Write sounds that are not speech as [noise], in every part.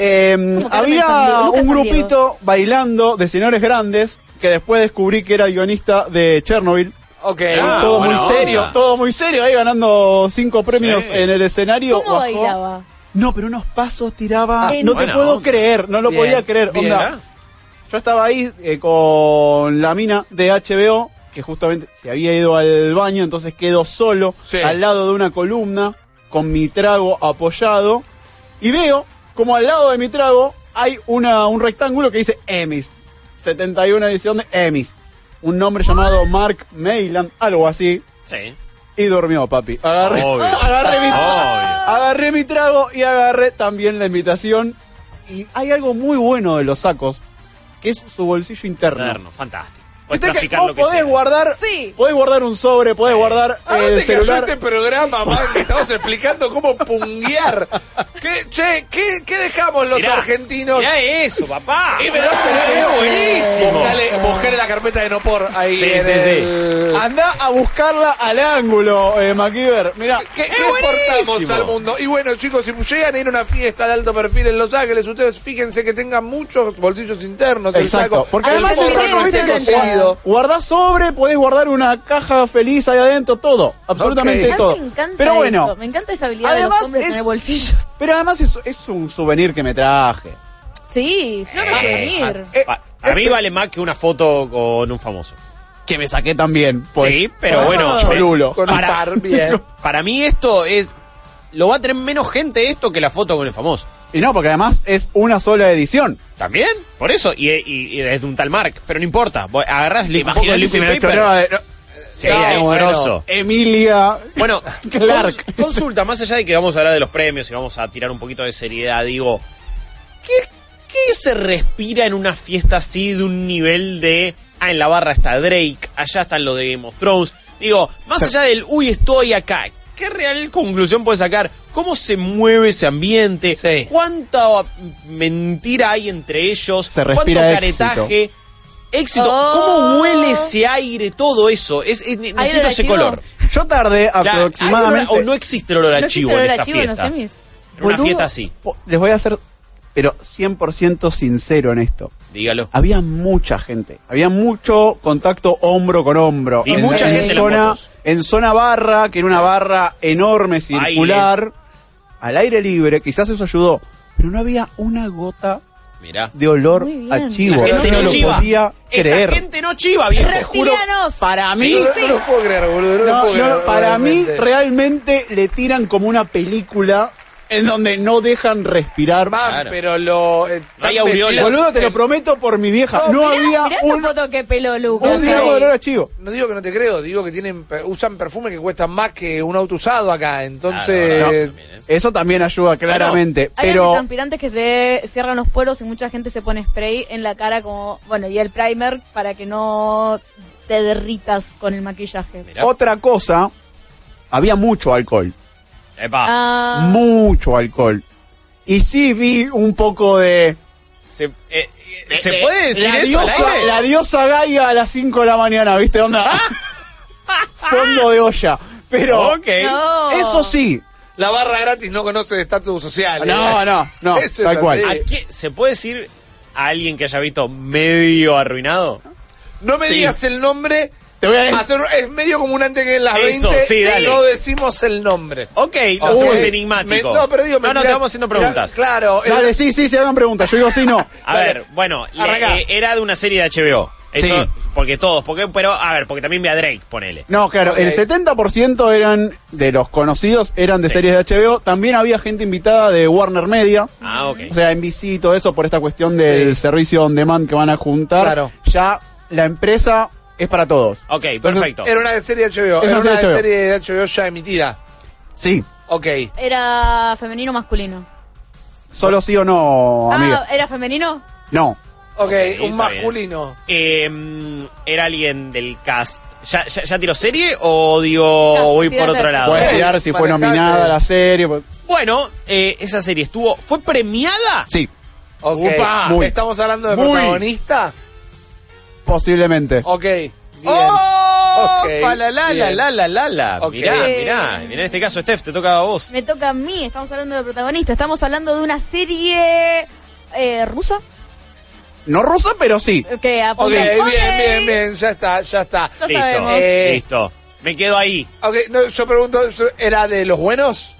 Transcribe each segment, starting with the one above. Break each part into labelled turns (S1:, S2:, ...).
S1: Eh,
S2: Como Carmen
S1: había
S2: Sandiego, Lucas
S1: un
S2: Sandiego.
S1: grupito bailando de señores grandes que después descubrí que era el guionista de Chernobyl. Eh,
S3: Ok.
S4: Ah,
S1: todo muy
S4: buena onda.
S1: serio, todo muy serio, ahí ganando cinco premios
S4: Sí.
S1: en el escenario.
S2: ¿Cómo
S1: bajó.
S2: bailaba?
S1: No, pero unos pasos tiraba.
S2: Ah,
S1: no te
S4: buena
S1: puedo
S4: onda.
S1: creer, no lo
S3: Bien,
S1: podía creer.
S3: bien. ¿eh?
S1: Onda,
S4: Ah.
S1: yo estaba ahí eh, con la mina de HBO, que justamente se había ido al baño, entonces quedo solo
S3: Sí.
S1: al lado de una columna, con mi trago apoyado, y veo como al lado de mi trago hay una, un rectángulo que dice Emis, 71 edición de Emis, un nombre llamado Mark Mayland, algo así,
S4: Sí.
S1: y durmió papi. Agarré,
S4: Obvio.
S1: agarré mi
S4: Obvio.
S1: Agarré mi trago y agarré también la invitación. Y hay algo muy bueno de los sacos, que es su bolsillo interno.
S4: Moderno, fantástico. Puedes
S1: Viste que
S4: traficar
S1: vos
S4: lo que
S1: podés
S4: sea.
S1: guardar,
S2: Sí.
S1: podés guardar un sobre, podés
S4: Sí.
S1: guardar
S3: Ah,
S1: el
S3: te cayó
S1: celular.
S3: este programa, man, que estamos explicando cómo punguear. ¿Qué, che, ¿qué, qué dejamos los
S4: Mirá,
S3: argentinos?
S4: Mirá eso, papá.
S3: Eh, pero- pero es
S4: buenísimo.
S3: Buscale, buscale la carpeta de Nopor ahí.
S4: Sí,
S3: en
S4: sí, sí.
S3: el- Ah,
S1: Andá a buscarla al ángulo, eh, MacGyver. Mirá,
S3: ¿Qué,
S1: es
S3: qué exportamos
S1: buenísimo.
S3: al mundo? Y bueno, chicos, si llegan a ir a una fiesta de alto perfil en Los Ángeles, ustedes fíjense que tengan muchos bolsillos internos. el
S1: Exacto.
S3: saco.
S1: Porque
S3: El
S1: además el
S3: forro
S1: saco,
S3: no
S1: viste,
S3: esté
S2: que
S3: cosido.
S2: entrada.
S1: Guardás sobre, podés guardar una caja feliz ahí adentro, todo. Absolutamente
S3: de
S2: Ah,
S1: todo.
S2: Me encanta
S1: Pero bueno.
S2: eso. Me encanta esa habilidad de
S1: Además
S2: los hombres de
S1: es-
S2: tener bolsillos.
S1: [laughs] Pero además es, es un souvenir que me traje.
S2: Sí,
S1: Ah,
S2: flor de
S4: Eh,
S2: souvenir.
S4: pa- pa- a mí vale más que una foto con un famoso.
S1: Que me saqué también. pues,
S4: sí, pero bueno. eh,
S1: Cholulo.
S3: Con un par, bien.
S4: Para mí esto es... Lo va a tener menos gente esto que la foto con el famoso.
S1: Y no, porque además es una sola edición.
S4: También, por eso. Y, y- y desde un tal Mark. Pero no importa. Vos Agarrás li- un poco de liquid paper. Sí,
S1: Eh, No,
S4: ahí,
S1: bueno,
S4: grosso.
S1: Emilia.
S4: Bueno,
S1: [laughs] Clark.
S4: cons- consulta, más allá de que vamos a hablar de los premios y vamos a tirar un poquito de seriedad, digo, ¿qué, qué se respira en una fiesta así de un nivel de, ah, en la barra está Drake, allá están los de Game of Thrones? Digo, más allá del, uy, estoy acá, ¿qué real conclusión puedes sacar? ¿Cómo se mueve ese ambiente?
S3: Sí.
S4: ¿Cuánta mentira hay entre ellos?
S1: Se respira
S4: ¿Cuánto
S1: éxito.
S4: caretaje? Éxito,
S2: Oh.
S4: ¿cómo huele ese aire, todo eso? Es, es- necesito ese
S2: archivo.
S4: color.
S1: Yo tardé
S4: Claro,
S1: aproximadamente.
S4: hay olor a- o no existe el olor a
S2: ¿No existe
S4: chivo
S2: el
S4: en
S2: olor a
S4: esta
S2: chivo en los
S4: fiesta.
S2: semis?
S4: En una
S1: Boludo,
S4: fiesta así,
S1: po- Les voy a ser, pero 100% sincero en esto.
S4: dígalo.
S1: Había mucha gente. Había mucho contacto hombro con hombro.
S4: Y
S1: en,
S4: mucha
S1: en
S4: gente en las
S1: zona,
S4: motos.
S1: en zona barra, que era una barra enorme,
S4: eh.
S1: circular, al aire libre. Quizás eso ayudó. Pero no había una gota
S4: Mirá.
S1: de olor
S2: Muy bien.
S1: a chivo.
S4: La gente
S1: Yo
S4: no
S1: no lo
S4: chiva.
S1: podía
S4: Esta
S1: creer.
S4: gente no chiva, viejo.
S1: Te juro,
S2: Reptilianos.
S1: para mí, [laughs]
S3: No, no lo puedo creer, boludo. No, lo
S1: no,
S3: puedo
S1: no,
S3: creer,
S1: para mí
S3: realmente.
S1: realmente le tiran como una película en donde no dejan respirar.
S3: Man,
S4: Claro.
S3: pero lo. eh,
S4: No hay
S3: tan
S4: aureolas.
S3: metidos
S1: Boludo, te
S3: en-
S1: lo prometo por mi vieja. No, había
S2: Oh, Mirá esa
S1: un,
S2: foto que peló Lucas.
S1: un trago de
S2: ahí.
S1: olor a chivo.
S3: No digo que no te creo, digo que tienen per- usan perfume que cuestan más que un auto usado acá. Entonces.
S4: Claro, no, no, también, ¿eh?
S1: Eso también ayuda claramente,
S2: Hay
S1: pero
S2: antitranspirantes que se cierran los poros y mucha gente se pone spray en la cara como, bueno, y el primer para que no te derritas con el maquillaje.
S4: Mirá.
S1: otra cosa, había mucho alcohol.
S4: Epa.
S2: Ah,
S1: Mucho alcohol. Y sí vi un poco de...
S4: ¿Se, eh, eh, ¿se puede decir
S1: la
S4: eso? al
S1: diosa,
S4: aire?
S1: la diosa Gaia a las 5 de la mañana, ¿viste? Onda. [laughs] Fondo de olla. Pero
S4: Ah. Ok.
S2: no.
S1: eso sí.
S3: La barra gratis no conoce estatus social. ¿eh?
S1: No, no, no,
S3: [laughs] Eso es
S1: tal cual.
S4: ¿A
S3: así.
S4: qué- ¿Se puede decir a alguien que haya visto medio arruinado?
S3: No me
S4: Sí.
S3: digas el nombre.
S1: Te voy a decir.
S3: Hacer- es medio como un antes que en las
S4: Eso,
S3: 20.
S4: sí, dale. Oh,
S3: No decimos el nombre.
S4: Ok, lo
S3: O sea,
S4: hacemos
S3: eh,
S4: enigmático.
S3: me- no, pero digo,
S4: no,
S3: me
S4: no,
S3: tirás-
S4: te vamos haciendo preguntas.
S3: tirás- Claro. el-
S1: Dale, sí, sí, se hagan preguntas. Yo digo sí, no.
S4: A
S1: Dale.
S4: ver, bueno, le-
S3: Arrancá.
S4: eh, era de una serie de HBO. Eso,
S1: Sí.
S4: porque todos, porque, pero, a ver, porque también ve a Drake, ponele.
S1: No, claro,
S3: Ok.
S1: el 70% eran de los conocidos, eran de
S4: Sí.
S1: series de HBO. También había gente invitada de Warner Media.
S4: Ah, ok.
S1: O sea, NBC y todo eso por esta cuestión del
S3: Sí.
S1: servicio on demand que van a juntar.
S3: Claro.
S1: Ya la empresa es para todos.
S4: ok, perfecto.
S3: Era una serie de HBO.
S1: Es
S3: Era
S1: una
S3: una
S1: serie de HBO.
S3: serie de HBO ya emitida.
S1: Sí.
S3: Ok.
S2: Era femenino o masculino.
S1: Solo sí o no, amigo.
S2: Ah, ¿era femenino?
S1: No.
S3: Ok,
S4: está bien.
S3: un masculino.
S4: Eh, era alguien del cast. ¿Ya, ya, ya tiró serie o digo
S2: Cast,
S4: voy por
S2: tírate.
S4: otro lado?
S1: Puedes
S3: Bueno.
S1: tirar si fue
S3: manejate.
S1: nominada la serie. pues-
S4: Bueno, eh, esa serie estuvo. ¿Fue premiada?
S1: Sí,
S3: Ok.
S4: Upa.
S1: Muy.
S3: ¿Estamos hablando de
S1: Muy.
S3: protagonista?
S1: posiblemente.
S3: Ok. Bien.
S4: ¡Oh! Ok,
S5: Opa, la la la
S4: bien.
S5: la la la la.
S3: Ok.
S4: Mirá, mirá, mirá, en este caso, Steph, te toca a vos.
S2: Me toca a mí, estamos hablando de protagonista, estamos hablando de una serie eh, rusa
S1: No rusa, pero sí.
S2: que
S3: Ok,
S2: apoya-
S3: bien,
S2: Ok,
S3: bien, bien, ya está, ya está.
S2: Ya
S4: Listo,
S2: sabemos.
S3: Eh,
S4: listo. Me quedo ahí.
S3: Ok, no, yo pregunto, ¿era de los buenos?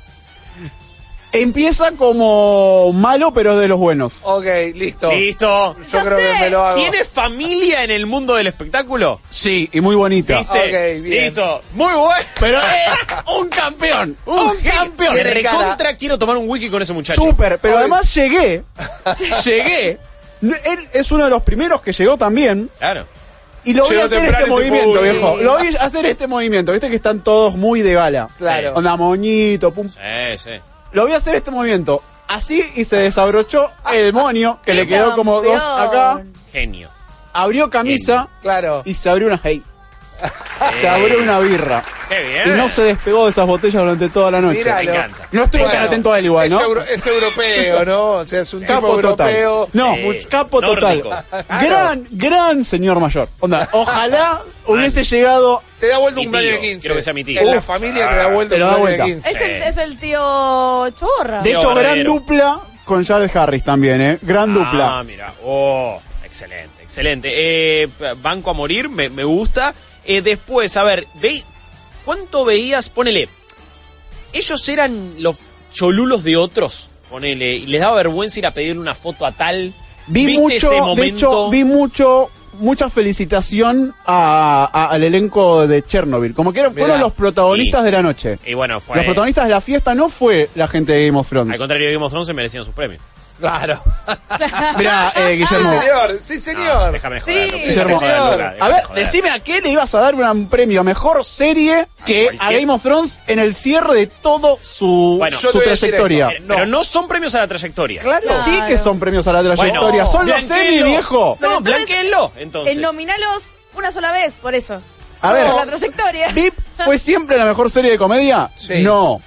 S1: Empieza como malo, pero de los buenos.
S3: Ok, listo.
S4: Listo.
S3: Yo
S2: Ya
S3: creo
S2: sé.
S3: que me lo hago.
S4: ¿Tiene familia en el mundo del espectáculo?
S1: Sí, y muy bonita.
S4: ¿Viste?
S3: Ok, bien.
S4: este? Listo. Muy bueno.
S1: Pero es un campeón, un, campeón.
S3: Tiene
S4: De
S3: cara.
S4: contra quiero tomar un wiki con ese muchacho.
S1: Súper, pero
S3: Ay.
S1: además
S3: [laughs]
S1: llegué, llegué. No, Él es uno de los primeros que llegó también.
S4: Claro.
S1: Y lo vi
S3: Llegó
S1: hacer este
S3: temprano y se
S1: movimiento,
S3: fue.
S1: viejo. Lo vi hacer este movimiento. Viste que están todos muy de gala.
S3: Claro.
S1: Onda, moñito, pum.
S4: Sí, sí.
S1: Lo vi hacer este movimiento. Así y se desabrochó el moño, que le quedó como dos acá.
S2: Campeón.
S4: Genio.
S1: Abrió camisa
S3: Claro.
S1: y se abrió una hey. Ah,
S3: Eh.
S1: Se abrió una birra.
S4: Qué
S1: Y
S4: bien.
S1: no se despegó de esas botellas durante toda la noche.
S3: Míralo.
S4: Me encanta.
S1: No estuve tan
S3: Bueno,
S1: atento a él igual, ¿no?
S3: Es, euro- es europeo, ¿no? O sea, es un tipo
S1: Capo total.
S3: europeo.
S1: No,
S4: Sí.
S1: much- capo total.
S4: Nórdico.
S1: Gran, gran señor mayor. Onda, ojalá hubiese llegado.
S3: Te da vuelta
S4: Mi
S3: un baño de
S4: tío,
S3: 15.
S4: quiero que sea mi tío.
S3: En la
S4: Uf.
S3: familia te da vuelta
S1: Ah, Te lo
S3: un
S1: da
S3: baño
S1: vuelta.
S3: de 15.
S2: Es el, es el tío Chorra.
S1: De
S4: Tío
S1: hecho, gran
S4: Barbero.
S1: dupla con Jared Harris también, ¿eh? Gran
S4: Ah,
S1: dupla.
S4: mira. Oh, excelente, excelente. Eh, banco a morir, me, me gusta. Eh, después, a ver, ve, ¿cuánto veías? Ponele. Ellos eran los cholulos de otros. Ponele. Y les daba vergüenza ir a pedirle una foto a tal.
S1: Vi
S4: ¿Viste
S1: mucho,
S4: ese
S1: de hecho,
S4: momento?
S1: vi mucho, mucha felicitación a- a- al elenco de Chernobyl. Como que eran, fueron
S3: Mirá.
S1: los protagonistas
S4: Y-
S1: de la noche.
S4: Y bueno, fue.
S1: Los protagonistas de la fiesta no fue la gente de Game of
S4: Al
S1: Thrones.
S4: contrario de Game of Thrones, se merecían sus premios.
S3: Claro.
S1: Mirá, eh, Guillermo.
S3: Sí, señor. Sí,
S4: No,
S3: señor.
S4: déjame
S2: Sí.
S4: joder. no,
S1: Guillermo.
S4: déjame joder, Luca, déjame
S1: A ver,
S4: joder.
S1: decime a qué le ibas a dar un premio, mejor serie que a
S4: cualquier-
S1: Game of Thrones en el cierre de todo su,
S4: Bueno,
S1: su
S3: yo te voy a decir
S1: trayectoria.
S4: Eh, Pero no son premios a la trayectoria.
S1: Claro, sí que son premios a la trayectoria.
S4: Bueno,
S1: son los
S4: blanquéelo.
S1: semi, viejo.
S2: Pero
S4: No,
S2: entonces-
S4: blanquéenlo. Entonces.
S2: Eh, nominalos una sola vez, por eso.
S1: A ver,
S2: Por la trayectoria.
S1: ¿VIP fue siempre la mejor serie de comedia?
S3: Sí.
S1: No.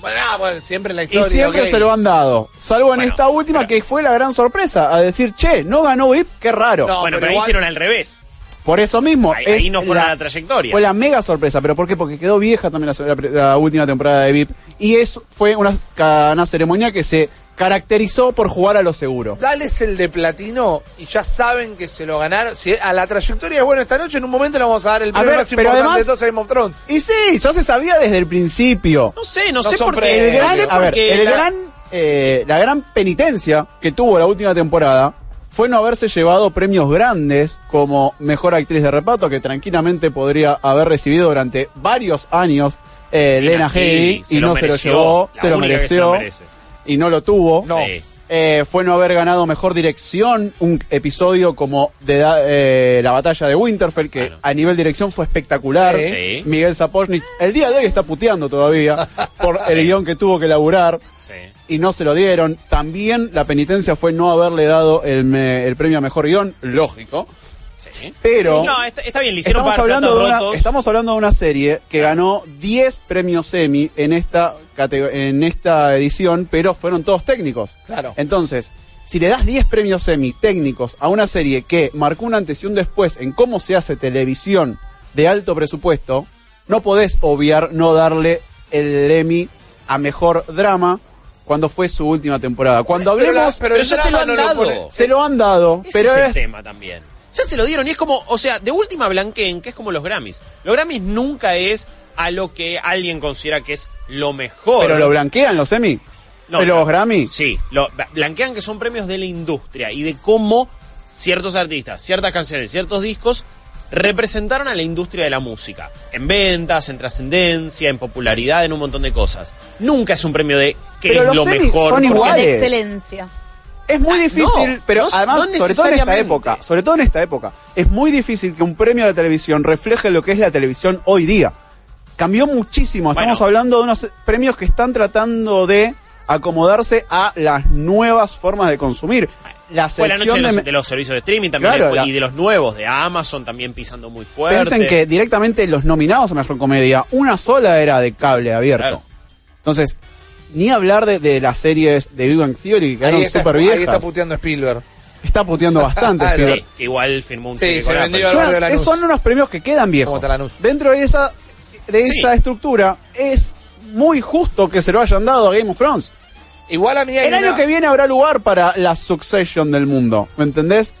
S3: Bueno, ah, bueno, siempre en la
S1: Y
S3: historia.
S1: siempre
S3: ok.
S1: se lo han dado. Salvo en
S4: Bueno,
S1: esta última
S4: pero-
S1: que fue la gran sorpresa. A decir, che, no ganó VIP, qué raro.
S3: No.
S4: bueno,
S3: pero
S4: pero ahí
S3: igual-
S4: hicieron al revés.
S1: Por eso mismo.
S4: Ahí,
S1: es
S4: ahí no fueron a la trayectoria.
S1: Fue la mega sorpresa, pero ¿por qué? Porque quedó vieja también la, la- la última temporada de VIP. Y eso fue una, ca- una ceremonia que se caracterizó por jugar a lo seguro.
S3: Dales el de platino y ya saben que se lo ganaron. Si a la trayectoria es bueno esta noche, en un momento le vamos a dar el
S1: A
S3: premio
S1: ver,
S3: más
S1: pero
S3: importante
S1: además-
S3: de todos a Game of Thrones.
S1: Y sí, ya se sabía desde el principio.
S4: No sé, no,
S3: No
S4: sé
S3: son
S4: por
S3: premios.
S4: qué.
S1: El gran-
S4: no sé
S1: a
S4: por
S1: ver,
S4: qué
S1: el
S4: la-
S1: gran, eh, la gran penitencia que tuvo la última temporada fue no haberse llevado premios grandes como mejor actriz de reparto, que tranquilamente podría haber recibido durante varios años eh,
S4: Lena
S1: Lena Headey,
S4: Headey, se
S1: y
S4: lo
S1: no se lo
S4: mereció,
S1: llevó,
S4: la
S1: se lo
S4: única que se lo
S1: mereció,
S4: merece.
S1: y no lo tuvo.
S4: No. Sí.
S1: Eh, fue no haber ganado mejor dirección, un episodio como de da- eh, la batalla de Winterfell, que
S4: Bueno.
S1: a nivel dirección fue espectacular.
S4: Sí.
S1: Miguel Sapochnik el día de hoy está puteando todavía por el guión que tuvo que laburar
S4: Sí.
S1: y no se lo dieron. También la penitencia fue no haberle dado el, me- el premio a mejor guión, lógico.
S4: Sí.
S1: Pero
S4: No, está, está bien, le hicieron
S1: estamos,
S4: para
S1: hablando de
S4: platos
S1: una,
S4: rotos.
S1: estamos hablando de una serie que ganó 10 premios Emmy en esta, catego- en esta edición, pero fueron todos técnicos.
S3: Claro.
S1: Entonces, si le das 10 premios Emmy técnicos a una serie que marcó un antes y un después en cómo se hace televisión de alto presupuesto, no podés obviar no darle el Emmy a mejor drama cuando fue su última temporada. Cuando
S3: Pero la-
S1: hablemos,
S3: pero
S4: pero
S3: el
S4: ya se
S3: drama
S4: lo han
S3: no
S4: dado.
S3: pone-
S1: se lo han dado,
S4: Ese
S1: pero
S4: es el
S1: es
S4: tema también. Ya se lo dieron y es como, o sea, de última blanqueen, que es como los Grammys. Los Grammys nunca es a lo que alguien considera que es lo mejor.
S1: Pero lo blanquean los Emmy.
S4: No,
S1: pero
S4: no.
S1: los Grammy.
S4: Sí, lo, blanquean que son premios de la industria y de cómo ciertos artistas, ciertas canciones, ciertos discos representaron a la industria de la música. En ventas, en trascendencia, en popularidad, en un montón de cosas. Nunca es un premio de que
S1: Pero
S4: es
S1: los
S4: lo
S1: Emmy
S4: mejor.
S1: son
S4: porque-
S2: Por la
S1: iguales.
S2: excelencia.
S1: Es muy difícil,
S4: Ah, no,
S1: pero
S4: no-
S1: además,
S4: no
S1: sobre todo en esta
S4: necesariamente.
S1: época, sobre todo en esta época, es muy difícil que un premio de televisión refleje lo que es la televisión hoy día. Cambió muchísimo. Estamos
S4: Bueno.
S1: hablando de unos premios que están tratando de acomodarse a las nuevas formas de consumir. La
S4: Fue la noche de
S1: sección
S4: los,
S1: de,
S4: de los servicios de streaming también
S1: Claro,
S4: fue-
S1: la-
S4: y de los nuevos de Amazon también pisando muy fuerte.
S1: Piensen que directamente los nominados a Mejor Comedia, una sola era de cable abierto.
S4: Claro.
S1: Entonces, ni hablar de, de las series de Big Bang Theory que
S3: Ahí
S1: eran
S3: está,
S1: súper
S3: ahí está
S1: viejas.
S3: puteando Spielberg.
S1: está
S4: [laughs]
S1: puteando bastante
S3: Sí.
S1: Spielberg.
S4: Ah, Sí, igual firmó un
S3: Sí,
S4: cheque
S3: se
S4: con Apple.
S3: vendió.
S1: Son,
S3: Barrio
S1: unas-
S3: Lanús.
S1: son unos premios que quedan viejos.
S3: Como Talanús.
S1: Dentro de esa, de
S4: Sí.
S1: esa estructura es muy justo que se lo hayan dado a Game of Thrones.
S3: Igual a mí hay
S1: El año
S3: una-
S1: que viene habrá lugar para la Succession del mundo, ¿me entendés?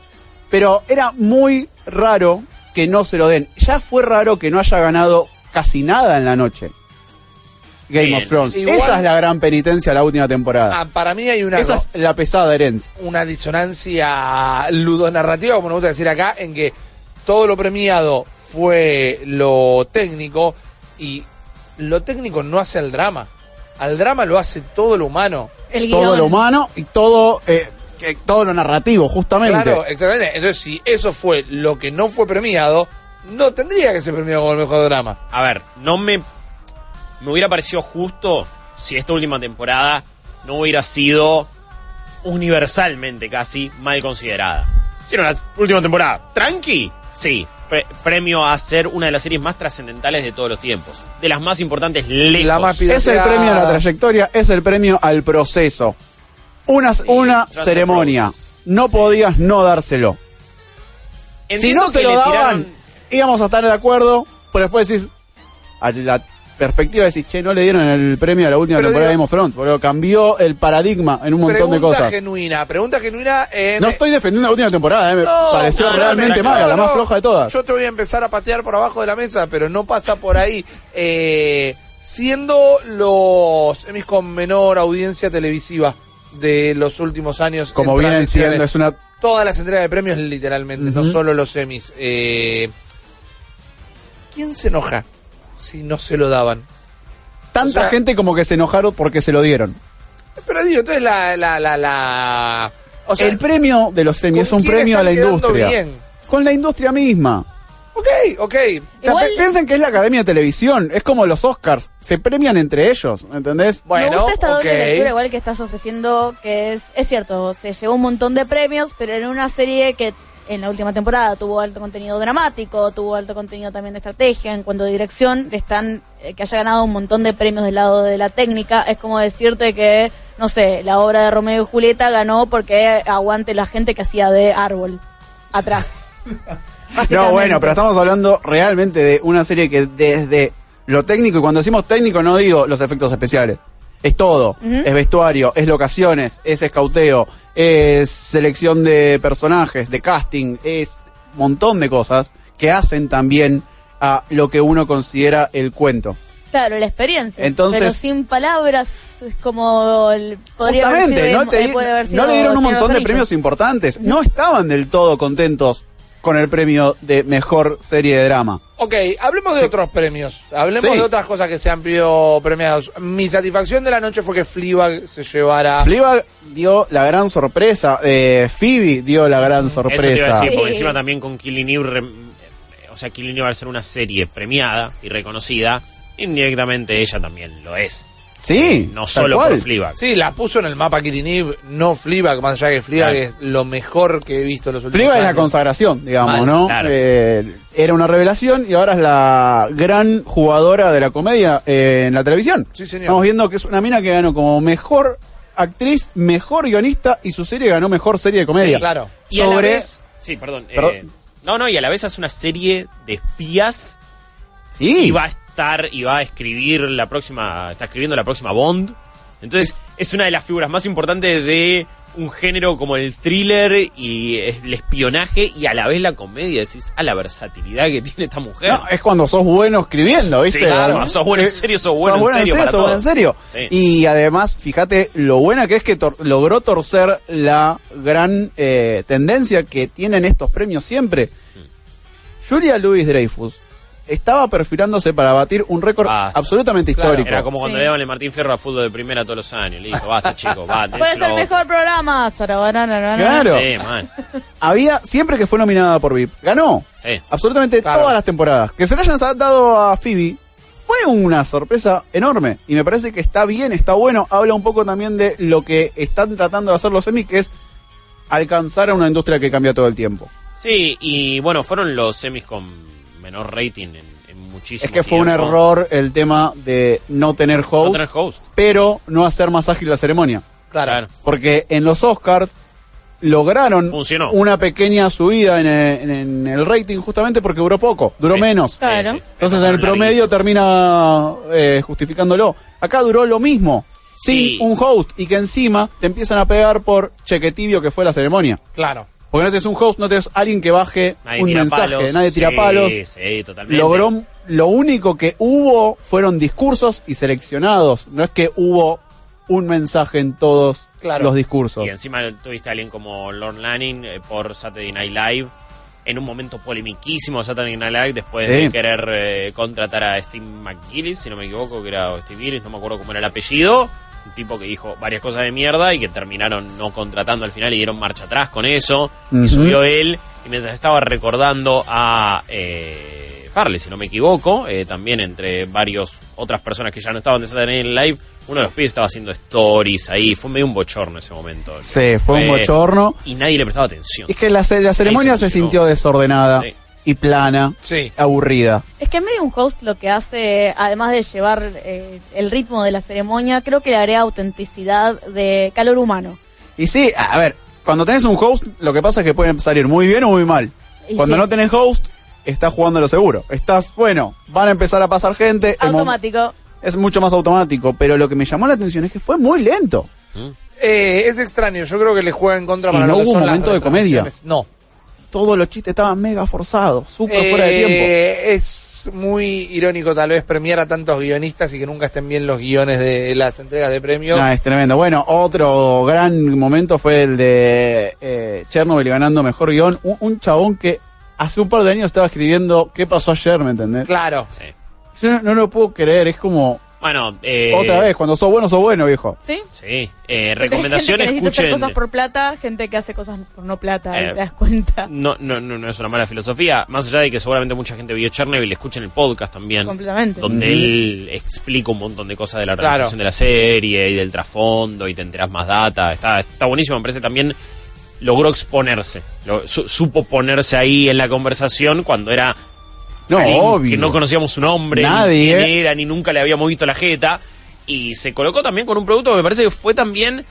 S1: Pero era muy raro que no se lo den. Ya fue raro que no haya ganado casi nada en la noche. Game
S4: Bien.
S1: of Thrones.
S3: Igual-
S1: Esa es la gran penitencia de la última temporada.
S3: Ah, para mí hay una,
S1: Esa es la pesada herencia.
S3: una disonancia ludonarrativa, como nos gusta decir acá, en que todo lo premiado fue lo técnico y lo técnico no hace al drama. Al drama lo hace todo lo humano.
S2: El
S1: Todo
S2: guión.
S1: lo humano y todo, eh, que- todo lo narrativo, justamente.
S3: Claro, exactamente. Entonces, si eso fue lo que no fue premiado, no tendría que ser premiado como el mejor drama.
S4: A ver, no me. Me hubiera parecido justo si esta última temporada no hubiera sido universalmente casi mal considerada. Si era la última temporada, tranqui, sí. pre- premio a ser una de las series más trascendentales de todos los tiempos. De las más importantes lejos.
S3: La más
S1: Es el premio a la trayectoria, es el premio al proceso. Una, una
S4: trust the
S1: ceremonia.
S4: process.
S1: No podías no dárselo.
S4: Entiendo
S1: si no se
S4: que
S1: lo
S4: le
S1: daban,
S4: tiraron-
S1: íbamos a estar de acuerdo, pero después decís, a la perspectiva decís, che, no le dieron el premio a la última
S3: Pero
S1: temporada
S3: digo-
S1: de Game of Thrones, boludo, cambió el paradigma en un montón de
S3: pregunta
S1: cosas.
S3: genuina, pregunta genuina. en-
S1: No estoy defendiendo la última temporada, eh, me
S3: No,
S1: pareció
S4: no, no,
S1: realmente
S4: no, no,
S1: mala,
S4: no,
S1: la más
S3: no,
S1: floja de todas.
S3: Yo te voy a empezar a patear por abajo de la mesa, pero no pasa por ahí. Eh, siendo los Emmys con menor audiencia televisiva de los últimos años.
S1: Como
S3: en
S1: vienen
S3: transmisiones,
S1: siendo, es una...
S3: Todas las entregas de premios, literalmente, no
S1: Ujú.
S3: solo los Emmys. Eh, ¿Quién se enoja si no se lo daban?
S1: Tanta
S3: o sea-
S1: gente como que se enojaron porque se lo dieron.
S3: Pero digo, entonces la. la, la, la o sea,
S1: el premio de los semis
S3: ¿con
S1: es un
S3: quién
S1: premio a la
S3: están quedando
S1: industria.
S3: bien?
S1: Con la industria misma.
S3: Ok, ok.
S1: O sea,
S2: Igual-
S1: pe- piensen que es la Academia de Televisión, es como los Oscars, se premian entre ellos, ¿entendés?
S3: Bueno,
S2: Me gusta esta doble
S3: ok.
S2: lectura igual que estás ofreciendo, que es, es cierto, se llevó un montón de premios, pero en una serie que en la última temporada tuvo alto contenido dramático, tuvo alto contenido también de estrategia, en cuanto a dirección, le están, eh, que haya ganado un montón de premios del lado de la técnica, es como decirte que, no sé, la obra de Romeo y Julieta ganó porque aguante la gente que hacía de árbol atrás.
S1: No,
S2: Básicamente.
S1: bueno, pero estamos hablando realmente de una serie que desde lo técnico, y cuando decimos técnico no digo los efectos especiales, es todo,
S2: Ujú.
S1: es vestuario, es locaciones, es escauteo, es selección de personajes, de casting, es un montón de cosas que hacen también a lo que uno considera el cuento.
S2: Claro, la experiencia.
S1: Entonces-
S2: pero sin palabras es como el, podría haber
S1: Justamente,
S2: sido-
S1: no, te
S2: eh,
S1: di-
S2: puede haber
S1: no
S2: sido
S1: le dieron un
S2: Señor
S1: montón de
S2: los
S1: premios
S2: Anillos.
S1: importantes. No estaban del todo contentos con el premio de mejor serie de drama.
S3: Ok, hablemos de otros premios. Hablemos
S1: Sí.
S3: de otras cosas que se han sido premiados. Mi satisfacción de la noche fue que Fleabag se llevara.
S1: Fleabag dio la gran sorpresa. eh, Phoebe dio la gran
S4: Eso te iba a
S1: sorpresa.
S4: decir, porque
S2: Sí.
S4: encima también con Killing Eve, rem- eh, o sea, Killing Eve al ser una serie premiada y reconocida, indirectamente ella también lo es.
S1: Sí,
S4: No
S1: tal
S4: solo por
S1: cual.
S4: Fleabag.
S3: Sí, la puso en el mapa Kiriniv, no Fleabag, más allá que Fleabag
S4: Claro.
S3: es lo mejor que he visto en los últimos
S1: Fleabag es la
S3: años.
S1: consagración, digamos,
S3: Mal,
S1: ¿no?
S4: claro.
S1: Eh, era una revelación y ahora es la gran jugadora de la comedia eh, en la televisión.
S3: Sí, señor.
S1: Estamos viendo que es una mina que ganó como mejor actriz, mejor guionista y su serie ganó mejor serie de comedia.
S3: Sí, claro.
S4: Y a la
S1: Sobre-
S4: vez- sí, perdón. eh,
S1: Perdón.
S4: no, no, y a la vez hace una serie de espías
S1: Sí.
S4: y va eh. a estar y va a escribir la próxima, está escribiendo la próxima Bond. Entonces, es una de las figuras más importantes de un género como el thriller y el espionaje y a la vez la comedia, decís, a la versatilidad que tiene esta mujer.
S1: No, es cuando sos bueno escribiendo, ¿viste?
S4: Sí, claro, sos bueno en serio, sos bueno en serio para
S1: sos bueno en
S4: todo.
S1: serio.
S4: Sí.
S1: Y además, fíjate lo buena que es que tor- logró torcer la gran eh, tendencia que tienen estos premios siempre.
S4: Mm.
S1: Julia Louis Dreyfus estaba perfilándose para batir un récord
S4: Basta.
S1: absolutamente
S3: Claro,
S1: histórico.
S4: Ah, Era como cuando
S2: Sí.
S4: le daban el Martín Fierro a fútbol de primera todos los años.
S2: [laughs]
S4: Listo, basta, chicos, basta.
S2: ¿Cuál es
S4: dénselo
S2: el
S4: a otro.
S2: mejor programa? Sarabarana,
S1: Claro.
S4: Sí, man.
S1: Había, siempre que fue nominada por VIP, ganó.
S4: Sí.
S1: absolutamente
S3: Claro.
S1: todas las temporadas. Que se le hayan dado a Phoebe fue una sorpresa enorme. Y me parece que está bien, está bueno. Habla un poco también de lo que están tratando de hacer los Emmy, que es alcanzar a una industria que cambia todo el tiempo.
S4: Sí, y bueno, fueron los semis con menor rating en, en muchísimo
S1: es que fue un
S4: tiempo.
S1: error el tema de no tener host,
S4: No tener host.
S1: pero no hacer más ágil la ceremonia.
S3: Claro.
S4: Claro.
S1: Porque en los Oscars lograron
S4: Funcionó.
S1: una pequeña subida en, eh, en- en el rating justamente porque duró poco, duró
S4: Sí.
S1: menos.
S2: Claro.
S1: Entonces en el promedio termina eh, justificándolo. Acá duró lo mismo,
S4: Sí.
S1: sin un host, y que encima te empiezan a pegar por cheque tibio que fue la ceremonia.
S3: Claro.
S1: Porque no tenés un host, no tenés alguien que baje
S4: Nadie
S1: un
S4: tira
S1: mensaje,
S4: palos.
S1: nadie tira
S4: Sí,
S1: palos.
S4: Sí, totalmente.
S1: Logró, lo único que hubo fueron discursos y seleccionados. No es que hubo un mensaje en todos
S3: Claro.
S1: los discursos.
S4: Y encima tuviste a alguien como Lord Lanning eh, por Saturday Night Live. En un momento polemiquísimo de Saturday Night Live, después
S1: Sí.
S4: de querer eh, contratar a Steve McGillis, si no me equivoco, que era o Steve Gillis, no me acuerdo cómo era el apellido. Un tipo que dijo varias cosas de mierda y que terminaron no contratando al final y dieron marcha atrás con eso. Y
S1: Ujú.
S4: subió él. Y mientras estaba recordando a eh, Farley, si no me equivoco, eh, también entre varios otras personas que ya no estaban de Saturday Night Live, uno de los pibes estaba haciendo stories ahí. Fue medio un bochorno ese momento.
S1: Sí, fue un bochorno.
S4: Y nadie le prestaba atención.
S1: Es que la, ce- la ceremonia
S4: se
S1: se,
S4: emocionó.
S1: sintió desordenada
S4: Sí.
S1: y plana,
S3: Sí.
S1: aburrida.
S2: Es que en medio un host lo que hace, además de llevar eh, el ritmo de la ceremonia, creo que le agrega autenticidad de calor humano.
S1: Y sí, a ver, cuando tenés un host, lo que pasa es que pueden salir muy bien o muy mal.
S2: Y
S1: cuando
S2: sí.
S1: no tenés host, estás jugando a lo seguro. Estás, bueno, van a empezar a pasar gente. el mo-
S2: Automático.
S1: Es mucho más automático, pero lo que me llamó la atención es que fue muy lento.
S4: ¿Mm?
S3: Eh, es extraño, yo creo que le juega en contra
S1: Y
S3: para
S1: no
S3: lo que
S1: hubo
S3: son
S1: un
S3: las
S1: momento de comedia.
S3: retransmisiones. No.
S1: Todos los chistes estaban mega forzados, súper fuera de tiempo.
S3: Eh, Es muy irónico tal vez premiar a tantos guionistas y que nunca estén bien los guiones de las entregas de premios.
S1: Nah, eh. es tremendo. Bueno, otro gran momento fue el de eh, Chernobyl ganando mejor guión. Un, un chabón que hace un par de años estaba escribiendo qué pasó ayer, ¿me entendés?
S3: Claro.
S4: Sí.
S1: Yo no, no lo puedo creer, es como
S4: Bueno, eh,
S1: otra vez, cuando sos bueno, sos bueno, viejo.
S2: ¿Sí?
S4: Sí. Eh,
S2: Gente
S4: recomendaciones,
S2: que necesita hacer
S4: escuchen.
S2: cosas por plata, gente que hace cosas por no plata,
S4: Eh,
S2: y te das cuenta.
S4: No, no, no, no es una mala filosofía. Más allá de que seguramente mucha gente vio Chernobyl, escuchen el podcast también.
S2: Completamente.
S4: Donde
S1: Ujú.
S4: él explica un montón de cosas de la
S3: Claro.
S4: organización de la serie y del trasfondo y te enterás más data. Está, está buenísimo, me parece también logró exponerse. Lo- su- supo ponerse ahí en la conversación cuando era
S1: No,
S4: alguien
S1: obvio.
S4: que no conocíamos su nombre,
S1: Nadie.
S4: ni quién era, ni nunca le habíamos visto la jeta. Y se colocó también con un producto que me parece que fue también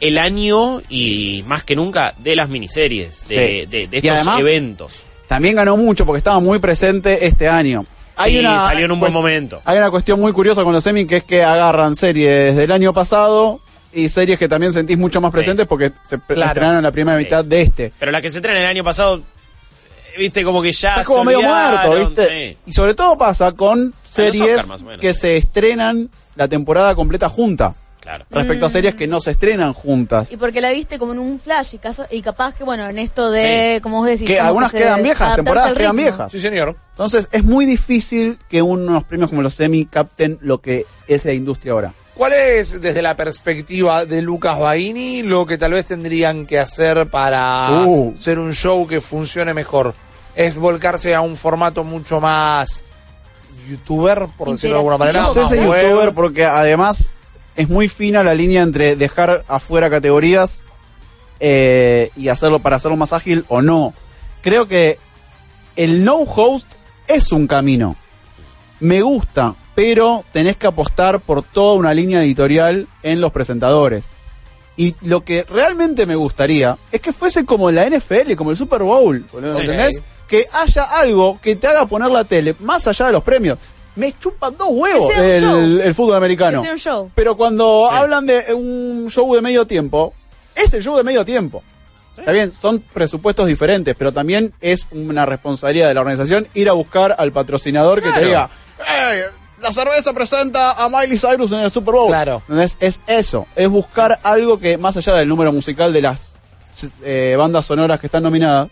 S4: el año y más que nunca de las miniseries, de,
S1: Sí.
S4: de-
S1: Y
S4: de estos
S1: además,
S4: eventos.
S1: También ganó mucho porque estaba muy presente este año.
S4: Sí, salió en un buen momento.
S1: Hay una cuestión muy curiosa con los Emmy que es que agarran series del año pasado y series que también sentís mucho más
S4: Sí.
S1: presentes porque se pre-
S3: Claro.
S1: estrenaron en la primera
S4: Sí.
S1: mitad de este.
S4: Pero la que se traen el año pasado, eh, viste, como que ya.
S1: Está
S4: se
S1: como medio
S4: olvidaron,
S1: muerto, ¿viste?
S4: sí.
S1: Y sobre todo pasa con series
S4: Oscar, más o menos.
S1: que se estrenan la temporada completa junta,
S4: Claro.
S1: respecto a series que no se estrenan juntas.
S2: Y porque la viste como en un flash y, casa- y capaz que, bueno, en esto de, como vos decís,
S1: Que
S2: como
S1: algunas
S2: se-
S1: quedan viejas,
S2: adaptarse
S1: temporadas
S2: al
S1: quedan
S2: ritmo.
S1: viejas.
S3: Sí, señor.
S1: Entonces es muy difícil que unos premios como los Emmy capten lo que es la industria ahora.
S3: ¿Cuál es, desde la perspectiva de Lucas Baini, lo que tal vez tendrían que hacer para
S1: Uh.
S3: ser un show que funcione mejor? ¿Es volcarse a un formato mucho más youtuber, por decirlo de alguna manera?
S1: No sé
S3: más
S1: si
S3: web?
S1: youtuber porque además es muy fina la línea entre dejar afuera categorías eh, y hacerlo para hacerlo más ágil o no. Creo que el no host es un camino. Me gusta, pero tenés que apostar por toda una línea editorial en los presentadores. Y lo que realmente me gustaría es que fuese como la NFL, como el Super Bowl, boludo,
S3: Sí.
S1: ¿entendés? Que haya algo que te haga poner la tele más allá de los premios. Me chupan dos huevos
S2: Que sea un
S1: el,
S2: show.
S1: el fútbol americano.
S2: Que sea un show.
S1: Pero cuando
S4: Sí.
S1: hablan de un show de medio tiempo, es el show de medio tiempo. Está bien, son presupuestos diferentes, pero también es una responsabilidad de la organización ir a buscar al patrocinador que te diga, "Eh, la cerveza presenta a Miley Cyrus en el Super Bowl.
S3: Claro.
S1: Entonces, es eso, es buscar algo que más allá del número musical de las eh, bandas sonoras que están nominadas,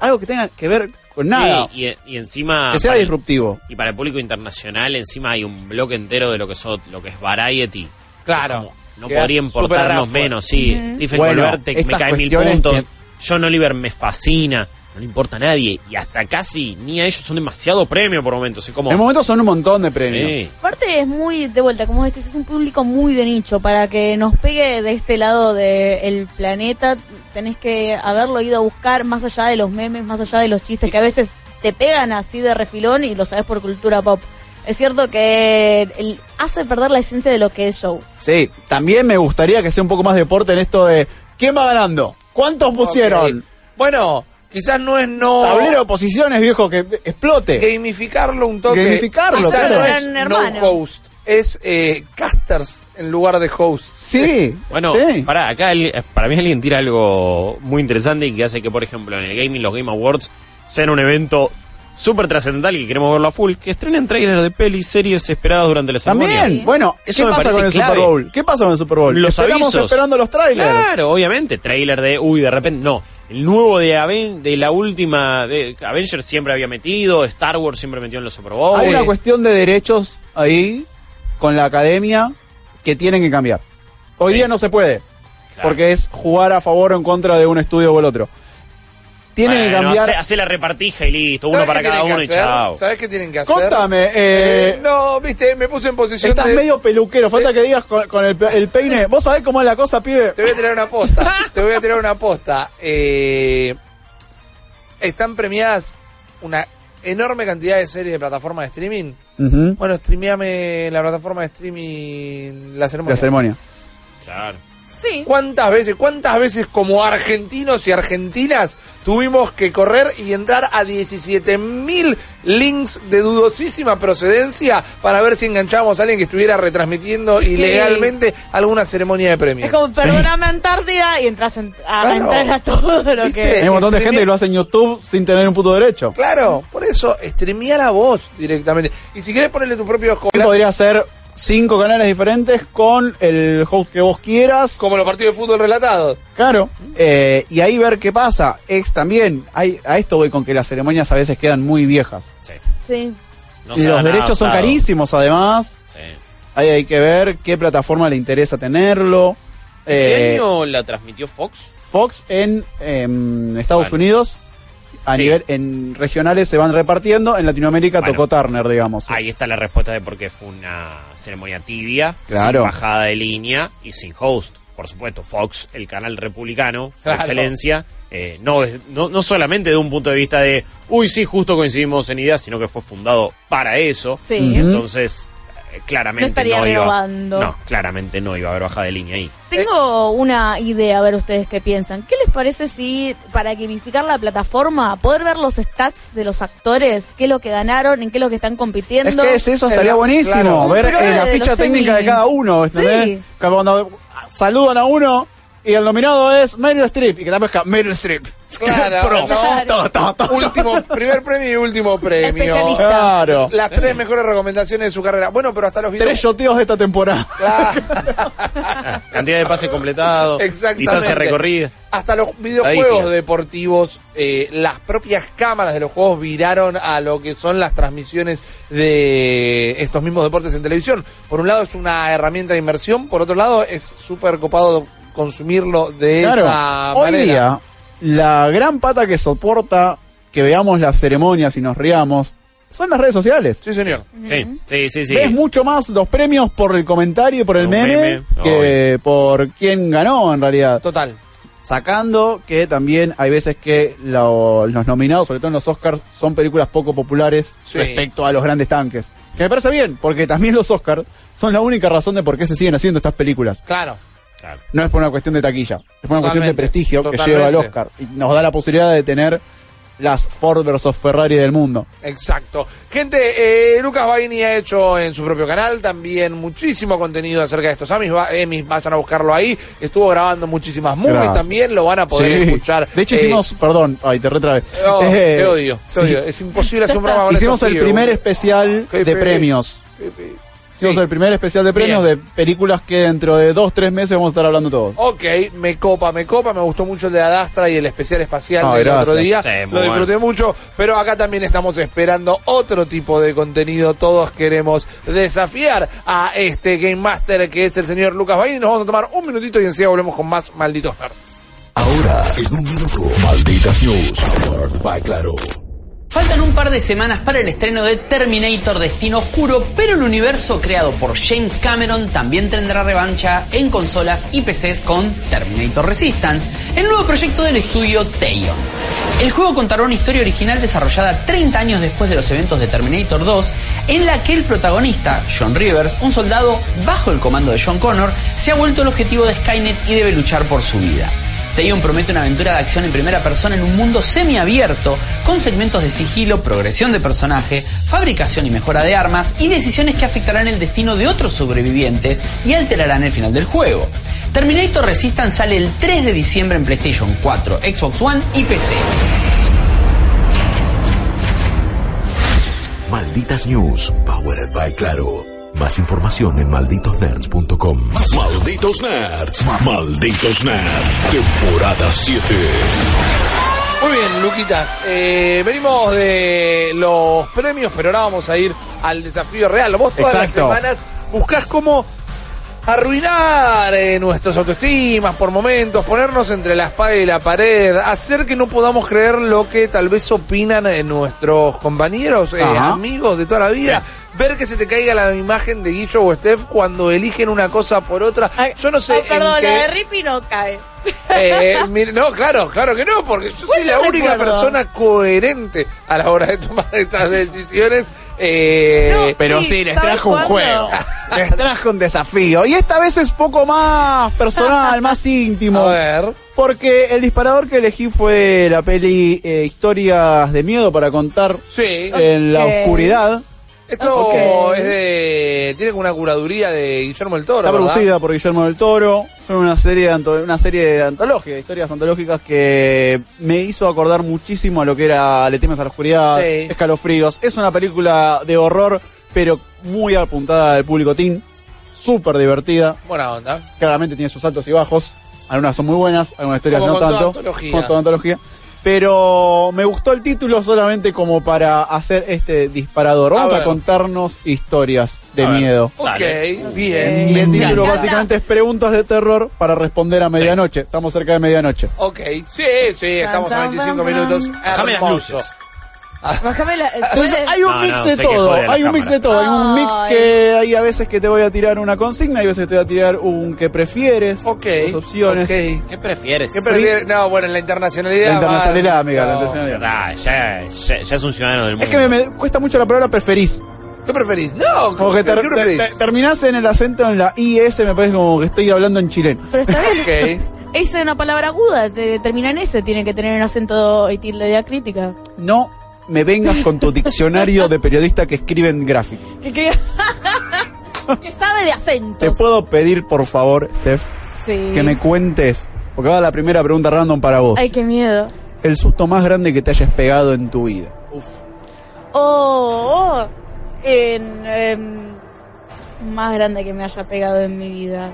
S1: algo que tenga que ver con nada,
S4: Sí, y, y encima.
S1: que sea
S4: para el-
S1: disruptivo.
S4: y para el público internacional, encima hay un bloque entero de lo que, son, lo que es variety.
S3: Claro.
S4: No
S3: Quedás
S4: podría
S3: super
S4: importarnos
S3: raffle.
S4: menos, sí.
S2: Ujú.
S4: Stephen
S1: Bueno,
S4: Colbert te- me
S1: estas
S4: cae mil
S1: cuestiones
S4: puntos.
S1: que-
S4: John Oliver me fascina. No le importa a nadie. Y hasta casi ni a ellos son demasiado premio por momentos. Es como.
S1: En momentos son un montón de
S4: Sí.
S1: premios.
S2: Aparte es muy, de vuelta, como decís, es un público muy de nicho. Para que nos pegue de este lado del planeta, tenés que haberlo ido a buscar más allá de los memes, más allá de los chistes que a veces te pegan así de refilón y lo sabes por cultura pop. Es cierto que el- hace perder la esencia de lo que es show.
S1: Sí, también me gustaría que sea un poco más deporte en esto de quién va ganando. ¿Cuántos pusieron?
S3: Ok. Bueno, quizás no es no.
S1: Tablero de posiciones, viejo, que explote.
S3: Gamificarlo un toque.
S1: Gamificarlo,
S3: Quizás
S1: claro.
S3: no es
S2: Gran
S3: no
S2: hermano.
S3: host. Es eh, casters en lugar de hosts.
S1: Sí.
S4: Bueno,
S1: sí.
S4: pará, acá el- eh, para mí alguien tira algo muy interesante y que hace que, por ejemplo, en el gaming, los Game Awards sean un evento súper trascendental y que queremos verlo a full, que estrenen trailers de pelis, series esperadas durante la ceremonia.
S1: También, bueno,
S4: Eso
S1: ¿qué
S4: me
S1: pasa
S4: parece
S1: con el
S4: clave.
S1: Super Bowl? ¿Qué pasa con el Super Bowl?
S4: Los
S1: Esperamos
S4: avisos.
S1: esperando los trailers.
S4: Claro, obviamente, trailer de, uy, de repente, no. El nuevo de, Aven- de la última, de Avengers siempre había metido, Star Wars siempre metió en los Super Bowl.
S1: Hay
S3: Oye.
S1: una cuestión de derechos ahí con la academia que tienen que cambiar. Hoy
S4: Sí.
S1: día no se puede,
S4: Claro.
S1: porque es jugar a favor o en contra de un estudio o el otro. Tienen que
S4: Bueno,
S1: cambiar.
S4: Hace, hace la repartija y listo, uno
S3: ¿Sabes
S4: para
S3: qué
S4: cada
S3: tienen
S4: uno
S3: que
S4: y
S3: hacer?
S4: chao.
S3: ¿Sabes qué tienen que hacer?
S1: Contame,
S3: Eh,
S1: eh,
S3: no, viste, me puse en posición
S1: estás
S3: de-
S1: medio peluquero, falta que digas con, con el, pe- el peine. ¿Vos sabés cómo es la cosa, pibe?
S3: Te voy a tirar una
S1: [laughs]
S3: posta. te voy a tirar una posta. Eh, están premiadas una enorme cantidad de series de plataformas de streaming.
S1: Ujú,
S3: Bueno, streameame en la plataforma de streaming la ceremonia.
S1: La ceremonia.
S4: Claro.
S2: Sí.
S3: ¿Cuántas veces, cuántas veces como argentinos y argentinas tuvimos que correr y entrar a 17.000 links de dudosísima procedencia para ver si enganchábamos a alguien que estuviera retransmitiendo
S2: Sí.
S3: ilegalmente alguna ceremonia de premios?
S2: Es como, perdóname Antártida y entras en- a,
S3: Claro.
S2: entras a todo lo
S3: ¿Viste?
S2: que...
S1: Hay un montón de
S3: streamea-
S1: gente que lo hace en YouTube sin tener un puto derecho.
S3: Claro, por eso, streamear a vos directamente. Y si querés ponerle tus propios co-
S1: Podría hacer cinco canales diferentes con el host que vos quieras.
S3: como los partidos de
S2: [laughs]
S3: fútbol relatados.
S1: Claro, eh, y ahí ver qué pasa. Es también, hay, a esto voy con que las ceremonias a veces quedan muy viejas.
S4: Sí.
S2: Sí.
S4: No
S1: y
S4: se
S1: los
S4: han
S1: derechos son
S4: adaptado.
S1: carísimos además.
S4: Sí.
S1: Ahí hay que ver qué plataforma le interesa tenerlo.
S4: ¿Qué
S1: Eh,
S4: ¿Este año la transmitió Fox?
S1: Fox en em, Estados
S4: Bueno.
S1: Unidos, a
S4: Sí.
S1: nivel en regionales se van repartiendo. En Latinoamérica
S4: Bueno.
S1: tocó Turner, digamos.
S4: Ahí está la respuesta de por qué fue una ceremonia tibia,
S1: Claro.
S4: sin bajada de línea y sin host. Por supuesto, Fox, el canal republicano, por
S3: Claro.
S4: excelencia, eh, no, es- no, no solamente de un punto de vista de, uy, sí, justo coincidimos en ideas, sino que fue fundado para eso.
S2: Sí.
S1: Ujú.
S4: Entonces, eh, claramente
S2: No estaría
S4: no iba-
S2: renovando.
S4: No, claramente no iba a haber bajada de línea ahí.
S2: Tengo una idea, a ver ustedes qué piensan. ¿Qué les parece si, para gamificar la plataforma, poder ver los stats de los actores, qué es lo que ganaron, en qué es lo que están
S1: Es
S2: compitiendo?
S1: que es- eso estaría
S3: Claro.
S1: buenísimo,
S3: Un
S1: ver
S2: programa
S1: eh, la
S2: de
S1: ficha
S2: los
S1: técnica de
S2: Emmys.
S1: cada uno, ¿entendés?
S2: Sí.
S1: Que cuando saludan a uno y el nominado es Meryl Streep, y que tampoco es Meryl Streep.
S3: Claro,
S1: Pro.
S2: no.
S1: Ta, ta, ta.
S3: Último, primer premio y último premio.
S2: Especialista.
S1: Claro.
S3: Las tres mejores recomendaciones de su carrera. Bueno, pero hasta los videos.
S1: Tres yoteos de esta temporada.
S3: Claro.
S4: Cantidad de
S1: [laughs]
S4: pases completados,
S3: Exactamente.
S4: distancia recorrida.
S3: Hasta los
S4: Ahí,
S3: videojuegos
S4: tío.
S3: deportivos, eh, las propias cámaras de los juegos viraron a lo que son las transmisiones de estos mismos deportes en televisión. Por un lado es una herramienta de inversión, por otro lado es súper copado consumirlo de esa
S1: Claro, hoy
S3: manera.
S1: día la gran pata que soporta que veamos las ceremonias y nos riamos son las redes sociales.
S3: Sí, señor.
S4: Sí, sí, sí. sí.
S1: Ves mucho más los premios por el comentario y por el
S4: Un
S1: meme,
S4: meme,
S1: que por quién ganó en realidad.
S3: Total.
S1: Sacando que también hay veces que lo- los nominados, sobre todo en los Oscars, son películas poco populares
S3: Sí.
S1: respecto a los grandes tanques. Que me parece bien, porque también los Oscars son la única razón de por qué se siguen haciendo estas películas.
S3: Claro.
S4: Claro.
S1: No es por una cuestión de taquilla, es por una cuestión de
S3: Totalmente,
S1: prestigio que
S3: totalmente.
S1: lleva al Oscar. Y nos da la posibilidad de tener las Ford versus Ferrari del mundo.
S3: Exacto. Gente, eh, Lucas Baini ha hecho en su propio canal también muchísimo contenido acerca de estos Emmys. Va- Emmys, vayan a buscarlo ahí. Estuvo grabando muchísimas movies
S1: Gracias.
S3: también, lo van a poder
S1: Sí.
S3: escuchar.
S1: De hecho,
S3: Eh,
S1: hicimos, perdón, ay, te retrabé.
S3: no,
S1: Eh,
S3: oh, te odio,
S1: sí.
S3: te odio. Es imposible hacer un
S2: Ya
S3: programa con
S1: Hicimos
S3: estos
S1: el
S3: pibes,
S1: primer
S3: boludo.
S1: especial
S3: Qué
S1: de
S3: feliz.
S1: premios.
S3: Qué feliz.
S1: Hicimos
S3: Sí.
S1: el primer especial de premios
S3: Bien.
S1: de películas que dentro de dos, tres meses vamos a estar hablando todos.
S3: Ok, me copa, me copa, me gustó mucho el de Adastra y el especial espacial
S1: Ah,
S3: del
S1: gracias.
S3: otro día.
S4: Sí, muy
S3: Lo disfruté mucho, pero acá también estamos esperando otro tipo de contenido. Todos queremos desafiar a este Game Master que es el señor Lucas Bain. Nos vamos a tomar un minutito y enseguida volvemos con más malditos nerds.
S5: Ahora, en un minuto, Malditas News, powered by Claro.
S6: Faltan un par de semanas para el estreno de Terminator Destino Oscuro, pero el universo creado por James Cameron también tendrá revancha en consolas y PCs con Terminator Resistance, el nuevo proyecto del estudio Teion. El juego contará una historia original desarrollada 30 años después de los eventos de Terminator 2, en la que el protagonista, John Rivers, un soldado bajo el comando de John Connor, se ha vuelto el objetivo de Skynet y debe luchar por su vida. Taeyeon promete una aventura de acción en primera persona en un mundo semiabierto, con segmentos de sigilo, progresión de personaje, fabricación y mejora de armas y decisiones que afectarán el destino de otros sobrevivientes y alterarán el final del juego. Terminator Resistance sale el 3 de diciembre en PlayStation 4, Xbox One y PC.
S5: Malditas News, powered by Claro. Más información en malditosnerds.com. Malditos Nerds. Malditos Nerds. Temporada 7.
S3: Muy bien, Luquitas. eh, venimos de los premios, pero ahora vamos a ir al desafío real. Vos todas
S1: Exacto.
S3: las semanas buscás cómo arruinar eh, nuestras autoestimas por momentos, ponernos entre la espada y la pared, hacer que no podamos creer lo que tal vez opinan eh, nuestros compañeros, eh,
S1: Ajá.
S3: amigos de toda la vida. Ver que se te caiga la imagen de Guillo o Steph cuando eligen una cosa por otra.
S2: Ay,
S3: Yo no sé.
S2: ay, perdón,
S3: en
S2: la
S3: qué-
S2: de Rippy no cae.
S3: eh, mire, no, claro, claro que no, porque yo soy
S2: ¿Cuál
S3: la
S2: no
S3: única
S2: recuerdo?
S3: persona coherente a la hora de tomar
S2: [laughs]
S3: estas decisiones. Eh,
S1: Pero
S2: Sí,
S1: sí, les
S2: ¿sabes
S1: trajo un
S2: cuándo?
S1: juego. Les trajo un desafío. Y esta vez es poco más [laughs] personal, más íntimo.
S3: a ver,
S1: Porque el disparador que elegí fue la peli eh, Historias de Miedo para contar
S3: sí. eh,
S1: en la
S2: Ok.
S1: oscuridad.
S3: Esto
S2: Ok.
S3: es de. Tiene como una curaduría de Guillermo el Toro.
S1: Está
S3: ¿verdad?
S1: producida por Guillermo del Toro. Son una serie, de anto- una serie de antología, de historias antológicas que me hizo acordar muchísimo a lo que era Le temes a la oscuridad,
S3: Sí.
S1: Escalofríos. Es una película de horror, pero muy apuntada al público teen. Súper divertida.
S3: Buena onda.
S1: Claramente tiene sus altos y bajos. Algunas son muy buenas, algunas historias
S3: Como
S1: no
S3: con toda
S1: tanto.
S3: antología.
S1: Como toda antología. Pero me gustó el título solamente como para hacer este disparador.
S3: A
S1: Vamos a,
S3: ver.
S1: contarnos historias de
S4: A ver.
S1: miedo.
S3: Ok,
S4: Dale.
S3: bien.
S1: Y el
S2: Me
S1: título
S2: encanta.
S1: básicamente es preguntas de terror para responder a medianoche. Estamos cerca de medianoche.
S3: Ok, sí, sí, estamos a 25
S2: Tan, tan,
S3: minutos.
S2: tan.
S4: Bájame las
S3: Hermoso.
S4: luces.
S2: [laughs] Bájame la.
S1: [laughs] Entonces, hay un
S4: No,
S1: mix
S4: no,
S1: de
S4: sé que
S1: todo,
S4: jode la
S1: hay un mix
S4: cámara.
S1: de todo, hay un mix
S2: Ay.
S1: que hay a veces que te voy a tirar una consigna, hay veces que te voy a tirar un que prefieres,
S3: Ok.
S1: dos opciones.
S3: ok.
S4: ¿Qué prefieres?
S3: ¿Qué prefiere- No, bueno, en la internacionalidad.
S1: La internacionalidad,
S3: va-
S1: amiga, la
S3: no.
S1: internacionalidad.
S4: Ah, ya, ya- ya es un ciudadano del mundo.
S1: Es que me, me cuesta mucho la palabra preferís.
S3: ¿Qué preferís? No,
S1: Como que
S3: ¿qué
S1: ter-
S3: preferís?
S1: te- terminás en el acento en la IS, me parece como que estoy hablando en chileno.
S2: Pero está bien.
S3: Ok.
S2: Esa es una palabra aguda, te termina en ese, tiene que tener un acento y tilde diacrítica.
S1: No me vengas con tu diccionario de periodista que escriben gráficos.
S2: Que, crea- [laughs] que sabe de acentos.
S1: Te puedo pedir, por favor, Steph,
S2: Sí.
S1: que me cuentes, porque va la primera pregunta random para vos.
S2: Ay, qué miedo.
S1: El susto más grande que te hayas pegado en tu vida.
S2: Oh, oh. En, em, más grande que me haya pegado en mi vida.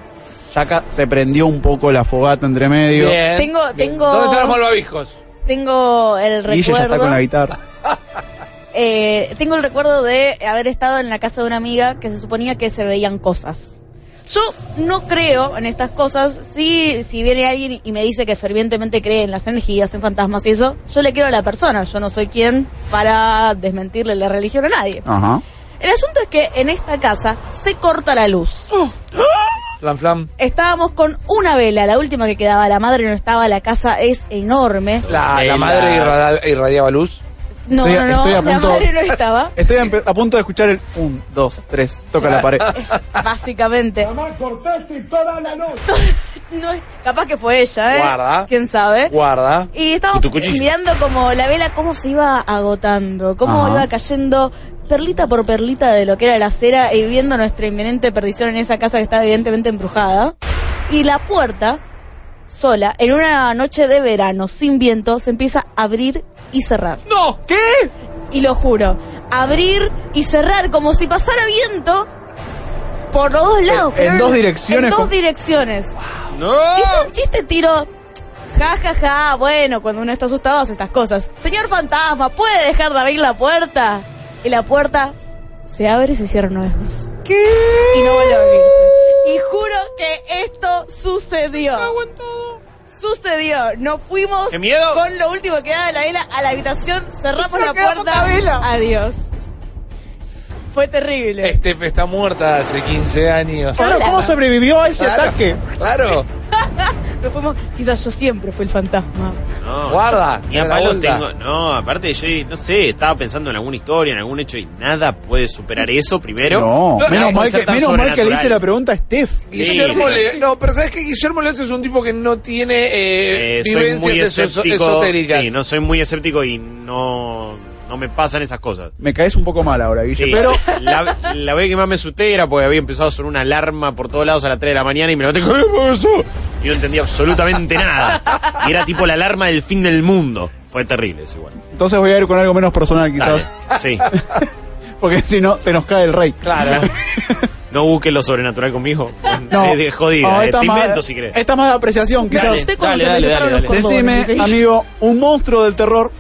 S1: Ya acá se prendió un poco la fogata entre medio.
S3: Bien.
S2: Tengo-
S3: Bien.
S2: tengo-
S3: ¿Dónde están los malvaviscos?
S2: Tengo el
S1: Guille ya está con la
S2: recuerdo.
S1: guitarra.
S2: eh, tengo el recuerdo de haber estado en la casa de una amiga que se suponía que se veían cosas. Yo no creo en estas cosas. Sí, si viene alguien y me dice que fervientemente cree en las energías, en fantasmas y eso, yo le quiero a la persona. Yo no soy quien para desmentirle la religión a nadie.
S1: Ajá.
S2: El asunto es que en esta casa se corta la luz.
S3: Flan Flan.
S2: Estábamos con una vela, la última que quedaba, la madre no estaba, la casa es enorme.
S3: La, la
S4: Vela.
S3: madre irrada- irradiaba luz.
S2: No,
S1: Estoy a-
S2: no,
S1: estoy a
S2: no, la
S1: punto-
S2: madre no estaba.
S1: Estoy a, empe- a punto de escuchar el 1, 2, 3, toca la pared.
S2: Es básicamente. [laughs] No es- capaz que fue ella, ¿eh?
S3: Guarda.
S2: ¿Quién sabe?
S3: Guarda.
S2: Y
S4: Y
S2: estábamos
S4: tu cuchillo.
S2: mirando como la vela, cómo se iba agotando, cómo
S1: Ajá.
S2: iba cayendo perlita por perlita de lo que era la cera y viendo nuestra inminente perdición en esa casa que estaba evidentemente embrujada. Y la puerta, sola, en una noche de verano, sin viento, se empieza a abrir y cerrar.
S3: ¡No! ¿Qué?
S2: Y lo juro, abrir y cerrar como si pasara viento por los dos lados.
S1: en dos direcciones,
S2: En
S1: con-
S2: dos direcciones.
S4: No.
S2: Y yo un chiste tiro. Ja, ja, ja, bueno, cuando uno está asustado hace estas cosas. Señor fantasma, ¿puede dejar de abrir la puerta? Y la puerta se abre y se cierra una vez más. ¿Qué? Y no vuelve a abrirse. Y juro que esto sucedió. Sucedió. Nos fuimos
S4: ¡Qué miedo!
S2: con lo último que daba de la vela a la habitación, cerramos la puerta. Adiós. Fue terrible.
S3: Estefe está muerta hace 15 años.
S1: Claro,
S2: Hola.
S1: ¿cómo sobrevivió a ese
S3: Claro,
S1: ataque?
S3: Claro.
S2: Nos fuimos, quizás yo siempre fui el fantasma.
S4: No,
S3: Guarda,
S4: Ni a
S3: dale la
S4: palos
S3: vuelta.
S4: tengo. No, aparte yo, no sé, estaba pensando en alguna historia, en algún hecho y nada puede superar eso primero.
S1: No,
S3: No,
S1: menos,
S4: no,
S1: mal
S4: ser
S1: que,
S4: tan
S1: menos mal que le
S4: sobrenatural.
S1: hice la pregunta a Steph.
S4: Sí,
S3: Guillermo
S4: sí.
S3: Le- No, pero sabes que Guillermo León es un tipo que no tiene eh,
S4: Eh, soy
S3: vivencias
S4: muy
S3: eso-
S4: escéptico.
S3: esotéricas.
S4: Sí, no soy muy escéptico y no, no me pasan esas cosas.
S1: Me caes un poco mal ahora, Guille,
S4: Sí,
S1: pero
S4: la, la vez que más me asusté era porque había empezado a sonar una alarma por todos lados a las 3 de la mañana y me levanté "¿Qué pasó?", y no entendía absolutamente nada. Y era tipo la alarma del fin del mundo. Fue terrible eso igual.
S1: entonces voy a ir con algo menos personal quizás, [laughs]
S4: Dale. Sí.
S1: porque si no, se nos cae el rey.
S4: Claro. [laughs] No busques lo sobrenatural conmigo.
S1: [laughs] No,
S4: [laughs] Es de jodida.
S1: no,
S4: eh,
S1: esta
S4: Te
S1: más-
S4: invento si querés.
S1: Esta más de apreciación,
S2: Me
S1: quizás.
S2: asusté cuando
S4: dale,
S2: se me
S4: dale,
S2: separaron
S4: dale,
S2: los
S4: dale.
S2: condones,
S1: Decime,
S2: dice.
S1: amigo, un monstruo del terror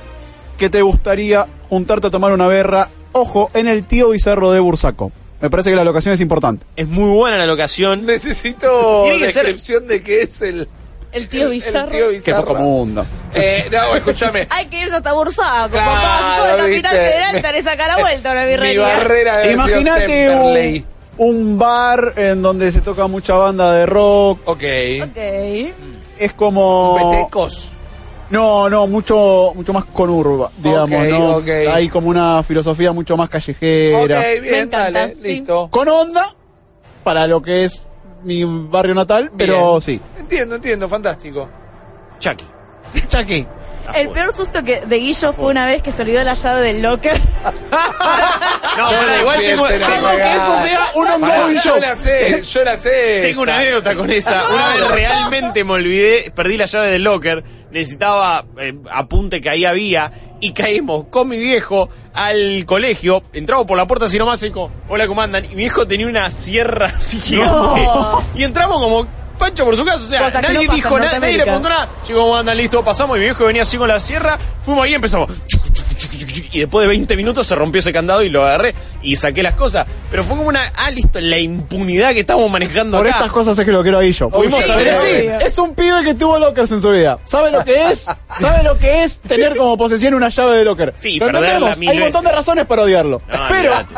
S1: que te gustaría juntarte a tomar una berra, ojo, en el tío bizarro de Bursaco. Me parece que la locación es importante.
S4: Es muy buena la locación.
S3: [laughs] Necesito
S4: Tiene que ser-
S3: descripción de qué es el,
S2: El tío
S3: el- el
S2: bizarro.
S3: tío bizarro.
S1: mundo.
S3: Eh, no, escúchame.
S2: Hay que irse hasta Bursaco,
S3: Claro,
S2: papá. Todo la
S3: ¿viste?
S2: capital federal está en saca [laughs] la vuelta una
S3: Mi
S2: birrería.
S3: barrera de
S1: Imagínate
S3: Temperley.
S1: un, un bar en donde se toca mucha banda de rock.
S3: Ok.
S2: Ok.
S1: Es como.
S3: Petecos.
S1: No, no, mucho mucho más conurba, digamos,
S3: Ok,
S1: ¿no?
S3: ok.
S1: Hay como una filosofía mucho más callejera.
S3: Ok, bien,
S2: Me encanta,
S3: dale,
S2: sí.
S3: listo.
S1: Con onda, para lo que es mi barrio natal, pero
S3: Bien.
S1: sí.
S3: Entiendo, entiendo, fantástico.
S4: Chucky.
S1: Chucky.
S4: Ah,
S2: El
S4: bueno.
S2: peor susto que de Guillo fue una vez que se olvidó la llave del locker.
S4: No,
S3: Ya
S4: pará,
S3: no
S4: igual tengo,
S3: empiecen a
S4: tengo-
S3: cagar.
S1: Que eso sea un ongoing
S3: Pará,
S1: show.
S3: yo la sé, yo la sé.
S4: tengo una anécdota
S2: [laughs]
S4: con esa. Una vez realmente me olvidé, perdí la llave del locker, necesitaba eh, apunte que ahí había y caímos con mi viejo al colegio, entramos por la puerta así nomás y como, hola, ¿cómo andan? Y mi viejo tenía una sierra así gigante.
S2: No.
S4: Y entramos como Pancho por su casa, o sea,
S2: Cosa que
S4: nadie
S2: no pasa
S4: dijo
S2: en
S4: nada, nadie
S2: Norteamérica.
S4: le preguntó nada. Llegó, Ah, ¿cómo andan? Listo, pasamos y mi viejo venía así con la sierra, fuimos ahí y empezamos. Y después de 20 minutos se rompió ese candado y lo agarré y saqué las cosas. Pero fue como una. Ah, listo, la impunidad que estamos manejando
S1: Por
S4: acá.
S1: estas cosas es que lo quiero ahí yo.
S3: Fuimos
S1: Sí,
S3: a ver-
S1: pero sí, es un pibe que tuvo lockers en su vida. ¿Sabe lo que es? ¿Sabe lo que es tener como posesión una llave de locker?
S4: Sí,
S1: lo
S4: perderla
S1: entendemos.
S4: mil
S1: Hay un montón de
S4: veces.
S1: razones para odiarlo.
S4: No,
S1: pero
S4: olvidate.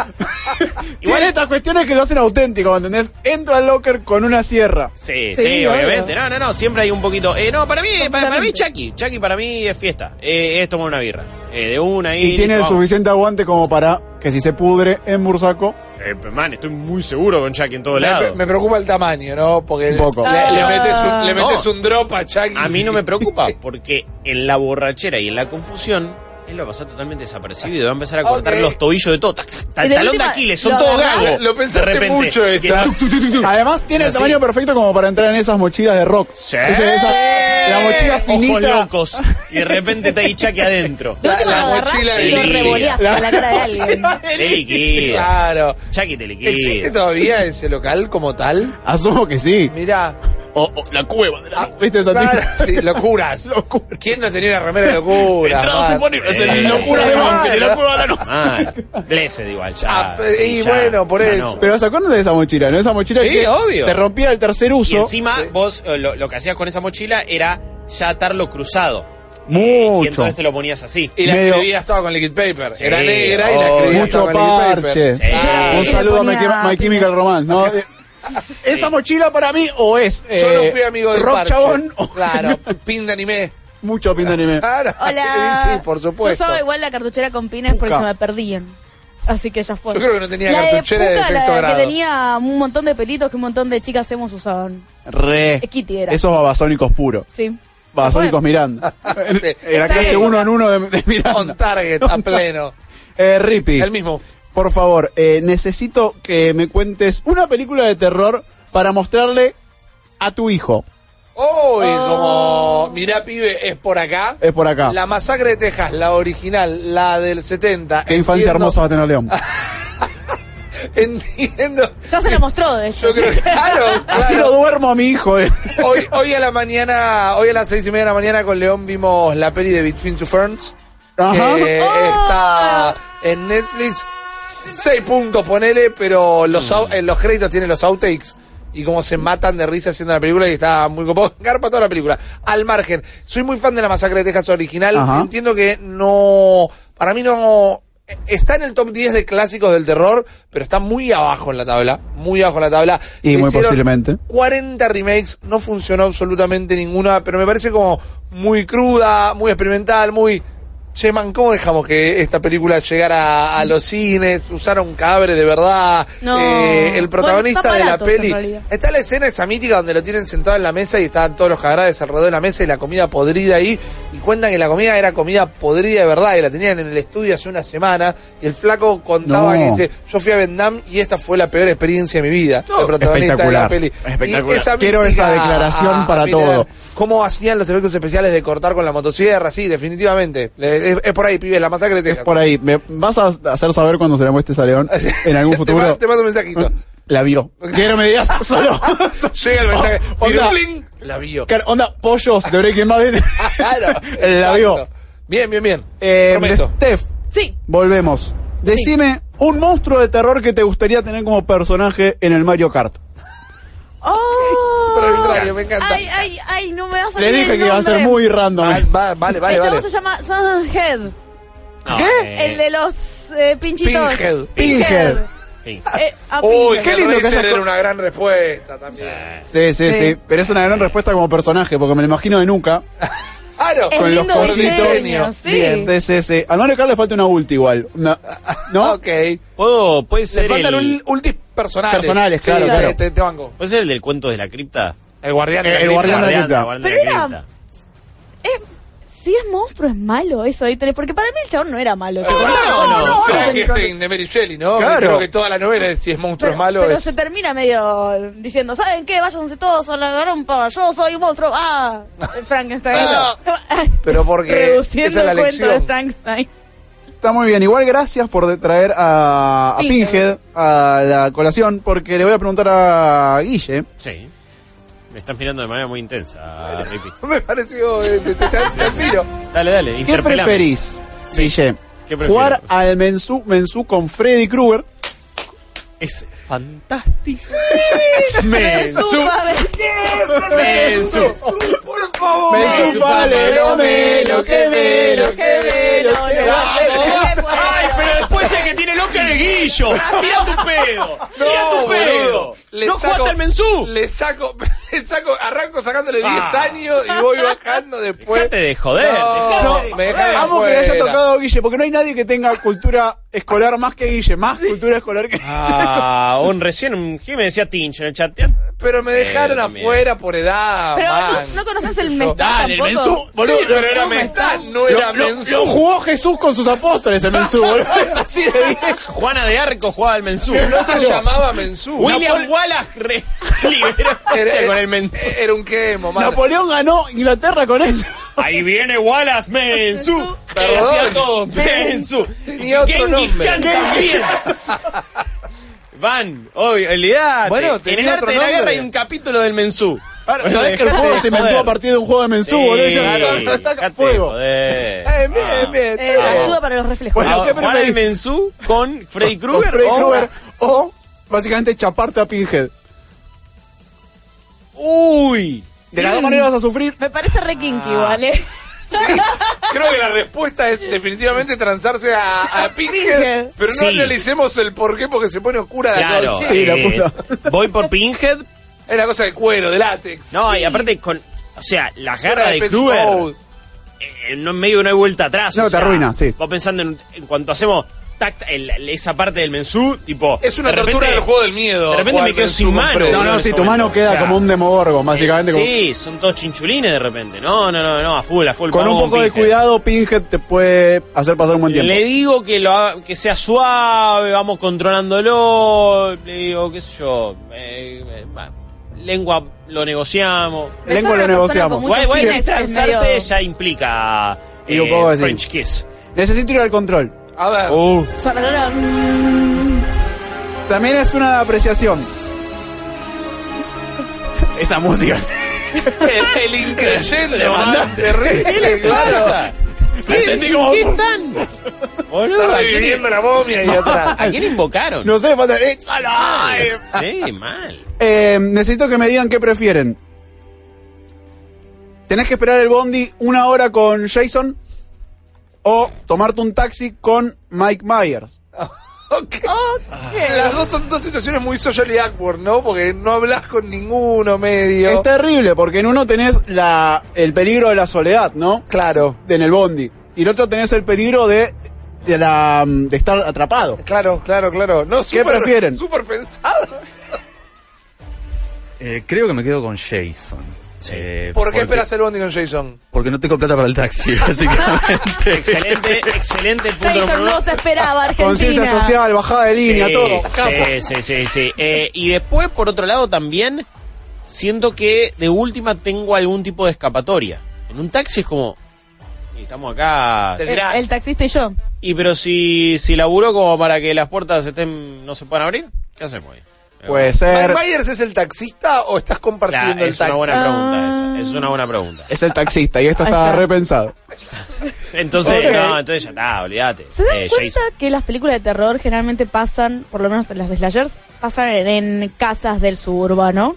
S1: tiene estas cuestiones que lo hacen auténtico, ¿me entendés? Entro al locker con una sierra.
S4: Sí, sí,
S2: Sí, obvio.
S4: obviamente. No, no, no, siempre hay un poquito. Eh, no, para mí, para, para mí
S2: Completamente.
S4: Chucky. Chucky para mí es fiesta. Eh, es tomar una birra. Eh, de una y.
S1: Y, tiene el
S4: listo, vamos.
S1: suficiente aguante como para que si se pudre en Bursaco,
S4: Eh, man, estoy muy seguro con Chucky en todo
S3: Me,
S4: lado.
S3: me preocupa el tamaño, ¿no? Porque
S1: Un poco.
S3: Le,
S2: Ah.
S3: le metes un, le
S4: No.
S3: metes un drop a Chucky.
S4: A mí no
S2: [laughs]
S3: [laughs]
S4: me preocupa, porque en la borrachera y en la confusión, él va a pasar totalmente desapercibido. Va a empezar a cortar
S3: Ok.
S4: los tobillos de todo. tac, tac, tac,
S2: Y
S4: El
S2: de
S4: talón de
S2: última,
S4: Aquiles, son
S2: lo
S4: todos
S2: agarrás.
S4: gagos.
S3: Lo pensaste mucho esta. Ah,
S4: Que tuc, tuc, tuc, tuc.
S1: Además tiene el
S4: Así.
S1: tamaño perfecto como para entrar en esas mochilas de rock.
S4: Sí.
S1: ¿Viste? Esa- la mochila
S4: Ojos
S1: finita.
S4: locos. Y de repente está ahí Chucky adentro.
S2: De
S3: La-
S2: última
S3: la
S2: lo agarrás
S3: mochila
S2: y
S4: de
S2: lo
S4: Guille.
S2: revoleás
S1: La
S2: a la cara de alguien.
S4: Te liquida.
S3: Claro.
S4: Chucky te liquida.
S3: ¿Existe todavía ese local como tal?
S1: Asumo que sí. Ah,
S3: Mirá.
S4: O- o Oh, la cueva de la
S1: ¿Viste esa
S3: Claro,
S1: [laughs] tía?
S3: sí, locuras.
S1: Locura.
S3: ¿Quién no tenía una remera de locura?
S4: Entradas
S3: man?
S4: suponibles
S3: Eh,
S4: en locura de
S3: claro.
S4: Banfield, en la cueva de la noche. Mal. Blessed igual, ya.
S3: Ah, pe- y bueno, por
S4: ya
S3: eso.
S1: Pero ¿se acuerdan de esa mochila? ¿No? Esa mochila
S4: Sí,
S1: que
S4: obvio.
S1: se rompía el tercer
S4: Y
S1: uso.
S4: encima, vos eh, lo, lo que hacías con esa mochila era ya atarlo cruzado. Y
S1: Mucho.
S4: entonces te lo ponías así.
S3: Y la
S1: Medio-
S3: escribías toda con liquid paper.
S4: Sí,
S3: Era negra y la
S4: obvio.
S3: escribías
S1: Mucho
S3: toda con
S1: parche.
S3: liquid paper.
S4: Sí.
S2: Ah,
S1: Un
S2: y le
S1: saludo a My,
S2: ponía
S1: Chem- My
S2: pila.
S1: Chemical Romance. ¿no? Eh, Esa mochila para mí o es.
S3: Yo no
S1: eh,
S3: fui amigo del
S1: Rock
S3: parche.
S1: chabón o-
S3: [laughs] Claro, pin de anime.
S1: [laughs] Mucho pinta anime.
S3: Claro.
S2: Hola.
S3: [laughs] Sí, por
S2: Yo
S3: supuesto.
S2: usaba igual la cartuchera con pines porque
S1: Puca.
S2: se me perdían. Así que ya fue.
S3: Yo creo que no tenía
S2: La de
S3: cartuchera de
S2: Puca,
S3: sexto
S2: la
S3: grado.
S2: que tenía un montón de pelitos que un montón de chicas hemos usaban.
S1: Re.
S2: Es Kitty era.
S1: Esos babasónicos puros.
S2: Sí.
S1: Babasónicos
S2: [laughs]
S1: Miranda.
S3: [laughs] Sí.
S1: Era clase
S2: Exacto.
S1: uno en uno de, de
S3: On
S1: Miranda.
S3: target, a pleno.
S1: Eh, Rippy.
S3: El mismo.
S1: Por favor, eh, necesito que me cuentes una película de terror para mostrarle a tu hijo.
S3: Uy,
S2: Oh.
S3: como, mirá pibe, es por acá.
S1: Es por acá.
S3: La masacre de Texas, la original, la del 70.
S1: Qué infancia
S3: Entiendo-
S1: hermosa va a tener León.
S3: [laughs] Entiendo.
S2: Ya se la mostró, de hecho.
S3: Yo creo que, claro,
S1: Así
S3: claro.
S1: lo duermo a mi hijo.
S3: [laughs]
S1: eh.
S3: Hoy, hoy a la mañana, hoy a las seis y media de la mañana con León vimos la peli de Between Two Ferns.
S1: Ajá. Oh.
S3: que está en Netflix. Seis puntos, ponele, pero los au- en los créditos tiene los outtakes. Y cómo se matan de risa haciendo la película y está muy copado. [laughs] Garpa toda la película. Al margen. Soy muy fan de la masacre de Texas original.
S1: Ajá.
S3: Entiendo que no. Para mí no. Está en el top 10 de clásicos del terror, pero está muy abajo en la tabla. Muy abajo en la tabla.
S1: Y
S3: Le
S1: muy
S3: hicieron
S1: posiblemente.
S3: 40 remakes, no funcionó absolutamente ninguna, pero me parece como muy cruda, muy experimental, muy. Che, man, ¿cómo dejamos que esta película llegara a los cines? Usaron cadáveres de verdad.
S2: No.
S3: Eh, el protagonista
S2: Fue
S3: de la
S2: paparatos, en
S3: peli.
S2: realidad.
S3: Está la escena esa mítica donde lo tienen sentado en la mesa y estaban todos los cadáveres alrededor de la mesa y la comida podrida ahí. Y cuentan que la comida era comida podrida de verdad y la tenían en el estudio hace una semana. Y el flaco contaba
S1: No.
S3: que dice: Yo fui a Vietnam y esta fue la peor experiencia de mi vida. el protagonista de la
S1: espectacular,
S3: peli.
S1: espectacular. Quiero esa declaración para
S3: Pilar,
S1: todo.
S3: ¿Cómo hacían los efectos especiales de cortar con la motosierra? Sí, definitivamente. Le- Es, es por ahí, pibe, la masacre de Texas.
S1: Por ahí, ¿me vas a hacer saber cuando se le muestre ese
S3: [laughs]
S1: león en algún
S3: Te
S1: futuro? ¿Eh?
S3: ma- Te mando un
S1: [laughs]
S3: mensajito. [laughs]
S1: La vio. Quiero me digas solo.
S3: Llega el mensaje.
S1: Oh, onda.
S3: pirulín, la vio. [laughs] Ah,
S1: Claro, [laughs] onda, pollos de Breaking Bad.
S3: Claro.
S1: [laughs] la vio.
S3: exacto. Bien, bien, bien.
S1: Eh,
S3: Prometo.
S1: Steph,
S2: Sí,
S1: volvemos. Decime un monstruo de terror que te gustaría tener como personaje en el Mario Kart.
S2: [laughs] Oh.
S3: Pero arbitrario, me encanta.
S2: Ay, ay, ay, no me vas a
S1: Le
S2: salir
S1: dije
S2: el
S1: que iba a ser
S2: nombre.
S1: muy random.
S3: Ay, Ah, va- vale, vale,
S2: el
S3: vale.
S2: chavo se llama Sunhead,
S4: No,
S1: ¿Qué?
S4: eh,
S2: el de los eh, pinchitos.
S3: Pinhead.
S1: Pinhead.
S4: sí.
S2: Eh, a
S3: Uy,
S2: Pinhead.
S3: qué
S1: lindo
S3: lindo
S1: que haya-
S3: era una gran respuesta
S4: Sí.
S3: también.
S1: Sí, sí, sí,
S2: Sí.
S1: Pero es una gran respuesta como personaje, porque me lo imagino de nunca.
S3: Claro.
S2: Es
S1: con los
S2: lindo
S1: cositos.
S2: diseño, sí.
S1: Bien, sí, sí, sí. Al Mario Kart le falta una ulti igual.
S4: [laughs]
S1: Una- ¿No?
S3: Ok. Le
S4: ¿Puedo, puede ser
S3: faltan
S4: el,
S3: ul- ultis personales.
S1: Personales,
S3: Sí,
S1: claro,
S3: dale,
S1: claro. Eh,
S3: Te, te banco.
S4: ¿Puede ser el del cuento de la cripta?
S3: El guardián.
S1: El guardián de la cripta.
S4: guardián de
S2: Pero
S4: la
S2: era-
S4: cripta.
S2: Eh, si es monstruo, es malo eso ahí tenés. Porque para mí el chabón no era
S3: Ah,
S2: malo. ¿te acordás?
S4: no, no, no,
S3: Será
S1: no,
S3: que
S1: no.
S3: este de Mary Shelley, ¿no?
S1: Claro.
S3: Creo que toda la novela es si es monstruo
S2: Pero,
S3: es malo.
S2: pero
S3: es-
S2: se termina medio diciendo, ¿saben qué? Váyanse todos a la garompa, yo soy un monstruo. ¡Ah! Frankenstein.
S3: Ah,
S2: [laughs]
S3: pero porque
S2: Reduciendo
S3: esa es la
S2: el cuento
S3: lección.
S2: de Frankenstein.
S1: Está muy bien. Igual gracias por de- traer a, a
S2: Pinhead.
S1: Pinhead a la colación, porque le voy a preguntar a Guille.
S4: Sí. Me estás mirando de manera muy intensa, Rippy.
S3: [laughs] Me pareció. eh, te, te, te admiro.
S4: Dale, dale,
S1: ¿Qué
S4: interpelame.
S1: preferís,
S4: Sí.
S1: Guille?
S4: ¿Qué prefiero?
S1: Jugar al Mensú, Mensú con Freddy Krueger.
S4: Es fantástico. Mensú.
S2: Súpame.
S4: Mensú.
S3: Por favor.
S1: Mensú, vale, lo melo, que melo, que melo, se va.
S4: Ay, pero después el que tiene loco en el guillo. Tira Ah, tu pedo. Tira tu pedo.
S3: boludo. Le
S4: no
S3: saco-
S4: jugaste al mensú.
S3: Le saco, [laughs] le saco, arranco sacándole 10
S4: Ah.
S3: años y voy bajando después.
S4: Dejate de joder, dejate
S3: No,
S4: de
S3: me dejaron
S1: Amo que le haya
S3: fuera.
S1: tocado a Guille, porque no hay nadie que tenga cultura escolar más que Guille, más cultura escolar que
S4: Ah, un recién un Jimmy me decía Tincho en el chat.
S3: Pero me dejaron
S4: Eh, también.
S3: afuera por edad.
S2: Pero
S3: man.
S2: vos no conoces el
S3: Yo-
S2: Mestán
S4: Dale, el
S2: tampoco.
S4: Mensú,
S3: Boludo,
S1: Sí,
S3: pero era
S2: no,
S3: Mestán,
S2: Mestán.
S3: no era
S1: lo,
S3: Mensú.
S1: lo jugó Jesús con sus apóstoles en Mensú, boludo. [laughs] Es así de viejo.
S4: Juana de Arco jugaba al mensú.
S3: No se llamaba Mensú.
S4: William
S3: Napole-
S4: Wallace re- [laughs] liberó a
S3: Era-
S1: Eh,
S4: Chaco
S3: era-
S4: con el mensú.
S3: eh, Era un quemo, man.
S1: Napoleón ganó Inglaterra con eso.
S4: Ahí viene Wallace Mensú. que le
S3: Perdón.
S4: hacía
S1: [laughs]
S4: todo. Mensú.
S3: Tenía otro
S4: Genghis
S3: nombre.
S4: Khan también. Van, obvio, olvidate.
S3: Bueno,
S4: en el
S3: tenía
S4: arte
S3: otro
S4: de la
S3: nombre.
S4: guerra hay un capítulo del Mensú.
S1: ¿Sabés que el juego se inventó a partir de un juego de Mensú, boludo? Decían, "No, no, ataca fuego".
S4: Eh,
S3: Eh, bien, bien.
S2: Eh, ayuda para los reflejos.
S1: Bueno, ¿qué
S4: Juan el
S1: preferís?
S4: Ah, Mensú con Freddy
S1: Con
S4: Krueger.
S1: Freddy
S4: o-
S1: Krueger o básicamente chaparte a Pinhead.
S4: Uy.
S1: De las dos maneras vas a sufrir.
S2: Me parece re kinky, eh. ¿vale?
S3: Creo que la respuesta es definitivamente transarse a, a Pinhead. Pero no
S4: Sí.
S3: analicemos el porqué porque se pone oscura la
S4: Claro.
S3: cosa.
S1: Sí, la
S4: eh,
S1: puta.
S4: Voy por Pinhead.
S3: Es una cosa de cuero, de látex.
S4: No, y aparte con. O sea, la
S3: Suena
S4: garra de
S3: Pet
S4: Krueger.
S3: Mode.
S4: eh, no, en medio no hay vuelta atrás.
S1: No,
S4: o
S1: te
S4: sea,
S1: arruina, sí.
S4: Vos pensando en, en cuanto hacemos tact- el- esa parte del mensú, tipo.
S3: Es una
S4: de
S3: tortura
S4: repente-
S3: del juego del miedo.
S4: De repente
S3: Juan
S4: me quedo
S3: Mensú
S4: sin
S3: con
S4: mano.
S3: Freddy.
S1: No, no,
S4: en
S1: sí,
S4: ese
S1: tu mano
S4: momento.
S1: queda
S4: O sea,
S1: como un demogorgon, básicamente. como-
S4: Sí, son todos chinchulines de repente. No, no, no, no, a full, a full.
S1: Con un
S4: vamos,
S1: poco de
S4: Pinhead.
S1: cuidado, Pinhead te puede hacer pasar un buen tiempo.
S4: Le digo que lo haga- que sea suave, vamos controlándolo, le digo, qué sé yo, eh, eh, va, lengua lo negociamos.
S2: [laughs] Me
S1: Lengua
S2: suena
S1: lo
S2: una persona con
S1: negociamos.
S2: muchos
S4: Igual, igual
S2: pies,
S4: si
S2: es
S4: transarte
S2: medio-
S4: ya implica
S1: Y
S4: eh,
S1: un poco así. Uh.
S4: French kiss.
S1: Necesito ir al control.
S3: A ver.
S4: Oh.
S1: También es una apreciación. [laughs] Esa música.
S3: El, el increyente,
S4: [laughs] Le
S3: man.
S4: mandaste.
S3: Terrible, claro.
S4: Me sentí como ¿Qué están? Boludo,
S3: Está
S4: ¿a quién,
S3: reviviendo la momia y
S4: [laughs]
S3: atrás.
S4: a quién invocaron?
S1: No sé, falta. It's alive.
S4: Sí, mal.
S1: Eh, necesito que me digan qué prefieren. ¿Tenés que esperar el bondi una hora con Jason? o tomarte un taxi con Mike Myers.
S3: Ok.
S2: Ah.
S3: Las dos son dos situaciones muy socially awkward, ¿no? Porque no hablas con ninguno medio.
S1: Es terrible, porque en uno tenés la, el peligro de la soledad, ¿no?
S3: Claro.
S1: En el bondi. Y en otro tenés el peligro de, de, la, de estar atrapado.
S3: Claro, claro, claro. No,
S1: ¿Qué
S3: súper-
S1: prefieren?
S3: Súper pensado.
S7: Eh, creo que me quedo con Jason. Eh,
S3: ¿Por qué
S7: porque-
S3: esperas el bondi con Jason?
S7: Porque no tengo plata para el taxi, [laughs] básicamente.
S4: Excelente, excelente punto número
S2: Jason
S4: uno.
S2: no se esperaba, Argentina.
S1: Conciencia social, bajada de línea,
S4: Sí,
S1: todo. Capo.
S4: Sí, sí, sí, sí. Eh, y después, por otro lado, también siento que de última tengo algún tipo de escapatoria. En un taxi es como. y Estamos acá.
S3: Te
S2: El,
S3: tirás.
S2: el taxista y yo.
S4: Y pero si, si laburo como para que las puertas estén no se puedan abrir, ¿qué hacemos ahí?
S1: Puede
S3: ¿Mike
S1: ser.
S3: Myers es el taxista o estás compartiendo
S4: Claro,
S3: el
S4: es una
S3: taxi?
S4: buena pregunta esa.
S2: Ah.
S4: Es una buena pregunta.
S1: Es el taxista y esto
S2: Ahí
S1: está
S2: está.
S1: repensado.
S4: Entonces,
S1: Ok.
S4: no, entonces ya está, olvídate.
S2: ¿Se dan
S4: Eh,
S2: cuenta
S4: Jason.
S2: que las películas de terror generalmente pasan, por lo menos las de Slayers, pasan en, en casas del suburbano?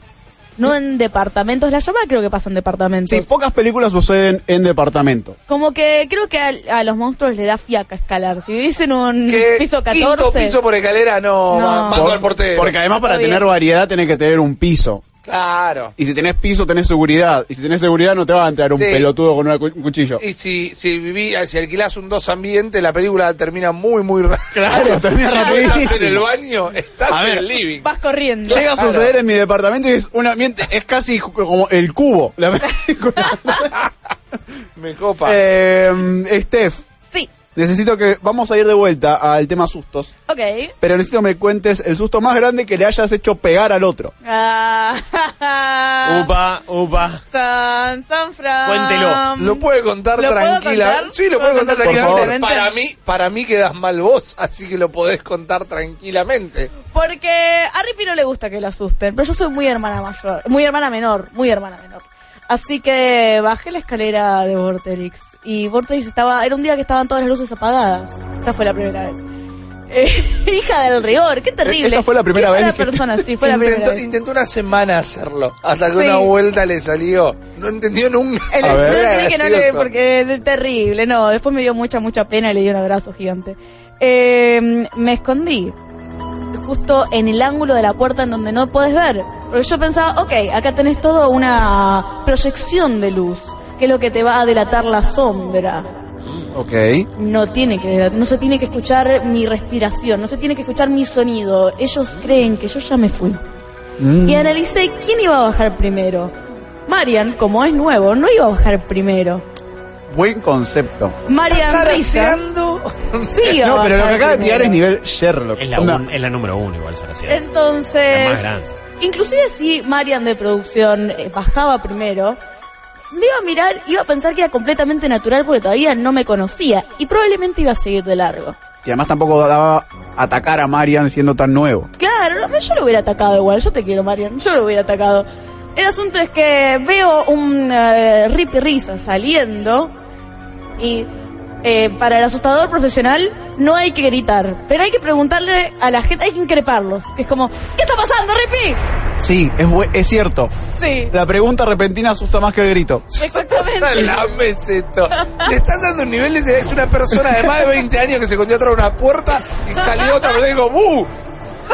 S2: No en departamentos. La llamada creo que pasa en departamentos.
S1: Sí, pocas películas suceden en departamento.
S2: Como que creo que al- a, los monstruos le da fiaca escalar. Si vivís en un
S3: Que
S2: piso
S3: Quinto
S2: 14.
S3: piso por escalera, no.
S2: No.
S3: ma- Mato al portero.
S1: Porque además para
S2: Está bien.
S1: tener variedad tenés que tener un piso.
S3: Claro.
S1: Y si tenés piso tenés seguridad. Y si tenés seguridad no te va a entrar un
S3: Sí.
S1: pelotudo con una cu- un cuchillo.
S3: Y si, si viví, si alquilás un dos ambiente, la película termina muy, muy rápido. [laughs]
S1: Claro, termina
S3: Estás en el
S1: rapidísimo.
S3: baño, estás
S1: A ver.
S3: en el living.
S2: Vas corriendo.
S1: Llega a suceder en mi departamento y es un ambiente, es casi ju- como el cubo. La [laughs] película.
S3: Me copa.
S1: Eh, Steph,
S2: Sí.
S1: necesito que, vamos a ir de vuelta al tema sustos,
S2: Ok.
S1: pero necesito que me cuentes el susto más grande que le hayas hecho pegar al otro.
S2: [laughs] Ah,
S4: Upa, upa.
S2: San, San Fran.
S4: Cuéntelo.
S3: Lo puede contar
S2: ¿Lo puedo
S3: tranquila.
S2: contar?
S3: Sí, lo puede
S2: ¿Puedo
S3: contar
S2: contar
S3: tranquilamente.
S2: tranquilamente?
S3: Para mí, para mí quedas mal vos, así que lo podés contar tranquilamente.
S2: Porque a Rippy no le gusta que lo asusten, pero yo soy muy hermana mayor, muy hermana menor, muy hermana menor. Así que bajé la escalera de Vorterix y Vorterix estaba, era un día que estaban todas las luces apagadas. Esta fue la primera vez. [laughs] Eh, hija del rigor, qué terrible.
S1: Esta fue la primera
S2: Qué
S1: vez
S2: mala
S1: que-
S2: persona,
S1: [laughs]
S2: sí, fue la primera
S3: intentó,
S2: vez.
S3: intentó una semana hacerlo, hasta que
S2: Sí.
S3: una vuelta le salió. No entendió nunca.
S2: [laughs] El
S1: A ver.
S2: estudio que no le
S3: Gracioso. [laughs]
S2: porque es terrible, no, después me dio mucha, mucha pena y le di un abrazo gigante. Eh, me escondí justo en el ángulo de la puerta en donde no puedes ver. Porque yo pensaba, ok, acá tenés toda una proyección de luz, que es lo que te va a delatar la sombra.
S1: Ok.
S2: No tiene que, no se tiene que escuchar mi respiración, no se tiene que escuchar mi sonido. Ellos creen que yo ya me fui. Y analicé quién iba a bajar primero. Marian, como es nuevo, no iba a bajar primero.
S1: [laughs] Buen concepto.
S2: Marian Rica
S3: Zaraseando.
S2: sí iba a
S1: No, pero lo
S2: bajar
S1: que acaba de tirar
S2: primero.
S1: es nivel Sherlock.
S4: Es la,
S1: Onda,
S4: un- es la número uno igual, Saracen. La más
S2: Entonces,
S4: grande.
S2: inclusive si Marian de producción eh, bajaba primero, me iba a mirar, iba a pensar que era completamente natural porque todavía no me conocía y probablemente iba a seguir de largo.
S1: Y además tampoco daba atacar a Marian siendo tan nuevo.
S2: Claro, no, yo lo hubiera atacado igual. Yo te quiero, Marian. Yo lo hubiera atacado. El asunto es que veo un eh, rip y risa saliendo y eh, para el asustador profesional no hay que gritar, pero hay que preguntarle a la gente, hay que increparlos. Es como, ¿qué está pasando, Rippy?
S1: Sí, es, bu- es cierto. [laughs]
S2: Sí,
S1: La pregunta repentina asusta más que el grito.
S2: exactamente.
S3: Lames esto. Le están dando un nivel de es una persona de más de 20 años que se escondió atrás de una puerta y salió otra vez y digo, ¡bu!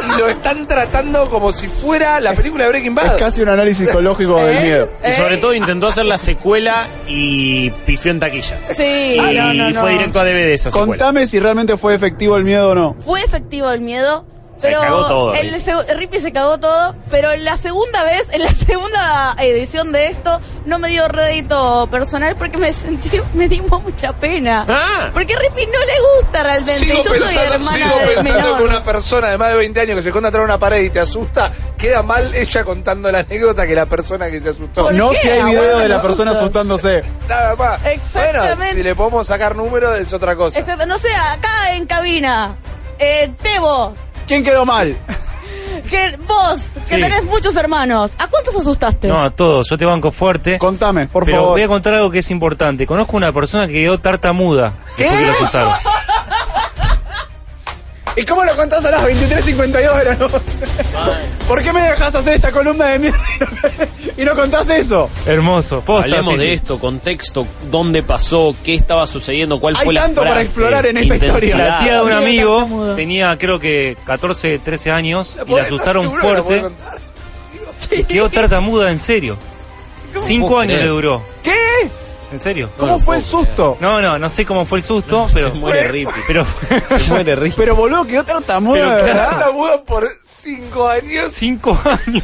S3: Y lo están tratando como si fuera la película de Breaking
S1: Es
S3: Bad.
S1: casi un análisis psicológico del
S2: ¿Eh?
S1: miedo.
S4: Y sobre
S2: Eh,
S4: todo intentó hacer la secuela y pifió en taquilla.
S2: Sí,
S4: y
S2: no, no, no.
S4: fue directo a DVD esa secuela.
S1: Contame si realmente fue efectivo el miedo o no.
S2: Fue efectivo el miedo.
S4: Se
S2: Pero
S4: cagó todo,
S2: el,
S4: Rippy.
S2: seg- Rippy se cagó todo, pero en la segunda vez, en la [laughs] segunda edición de esto, no me dio rédito personal porque me sentí, [laughs] me dio mucha pena.
S4: Ah.
S2: Porque a Rippy no le gusta realmente.
S3: Sigo
S2: y Yo soy
S3: pensando,
S2: hermana
S3: sigo
S2: del
S3: pensando
S2: menor.
S3: que una persona de más de 20 años que se esconde atrás de una pared y te asusta, queda mal ella contando la anécdota que la persona que se asustó.
S2: ¿Por
S1: No
S2: qué?
S1: si hay
S2: Ah,
S1: video
S2: bueno,
S1: de la
S2: no
S1: persona
S2: asustas.
S1: asustándose.
S3: Nada más.
S2: Exactamente.
S3: Bueno, si le podemos sacar números es otra cosa.
S2: Exacto, no sé, acá en cabina. Eh, Tebo,
S1: ¿Quién quedó mal?
S2: que vos, que
S8: Sí.
S2: tenés muchos hermanos, ¿a cuántos asustaste?
S8: No, a todos, yo te banco fuerte.
S1: Contame, por
S8: pero
S1: favor.
S8: voy a contar algo que es importante. Conozco una persona que quedó tartamuda después que lo asustaron.
S1: ¿Y cómo lo contás a las 23.52 de la noche? ¿Por qué me dejás hacer esta columna de mierda y no- y no contás eso?
S8: Hermoso. Posta,
S4: Hablemos
S8: sí,
S4: de
S8: sí.
S4: esto, contexto, dónde pasó, qué estaba sucediendo, cuál
S1: Hay
S4: fue la
S1: tanto para
S4: frase,
S1: explorar en esta historia.
S4: intensidad.
S8: La tía
S1: Ah,
S8: de un
S2: Claro.
S8: amigo
S2: Tartamudo.
S8: tenía creo que 14, 13 años y la
S1: podés-
S8: asustaron
S1: seguro que la podés
S8: fuerte.
S1: contar.
S8: Quedó tartamuda en serio. Cinco
S4: puedo
S8: años
S4: creer?
S8: le duró.
S1: ¿Qué?
S8: ¿En serio?
S1: ¿Cómo fue el susto?
S8: No, no, no sé cómo fue el susto,
S4: Se
S8: pero...
S4: muere [laughs] Rippy.
S8: Pero
S4: Se muere Rippy.
S1: Pero boludo, quedó tartamudo, de ¿verdad?
S3: mudo por cinco años.
S8: cinco [laughs] años.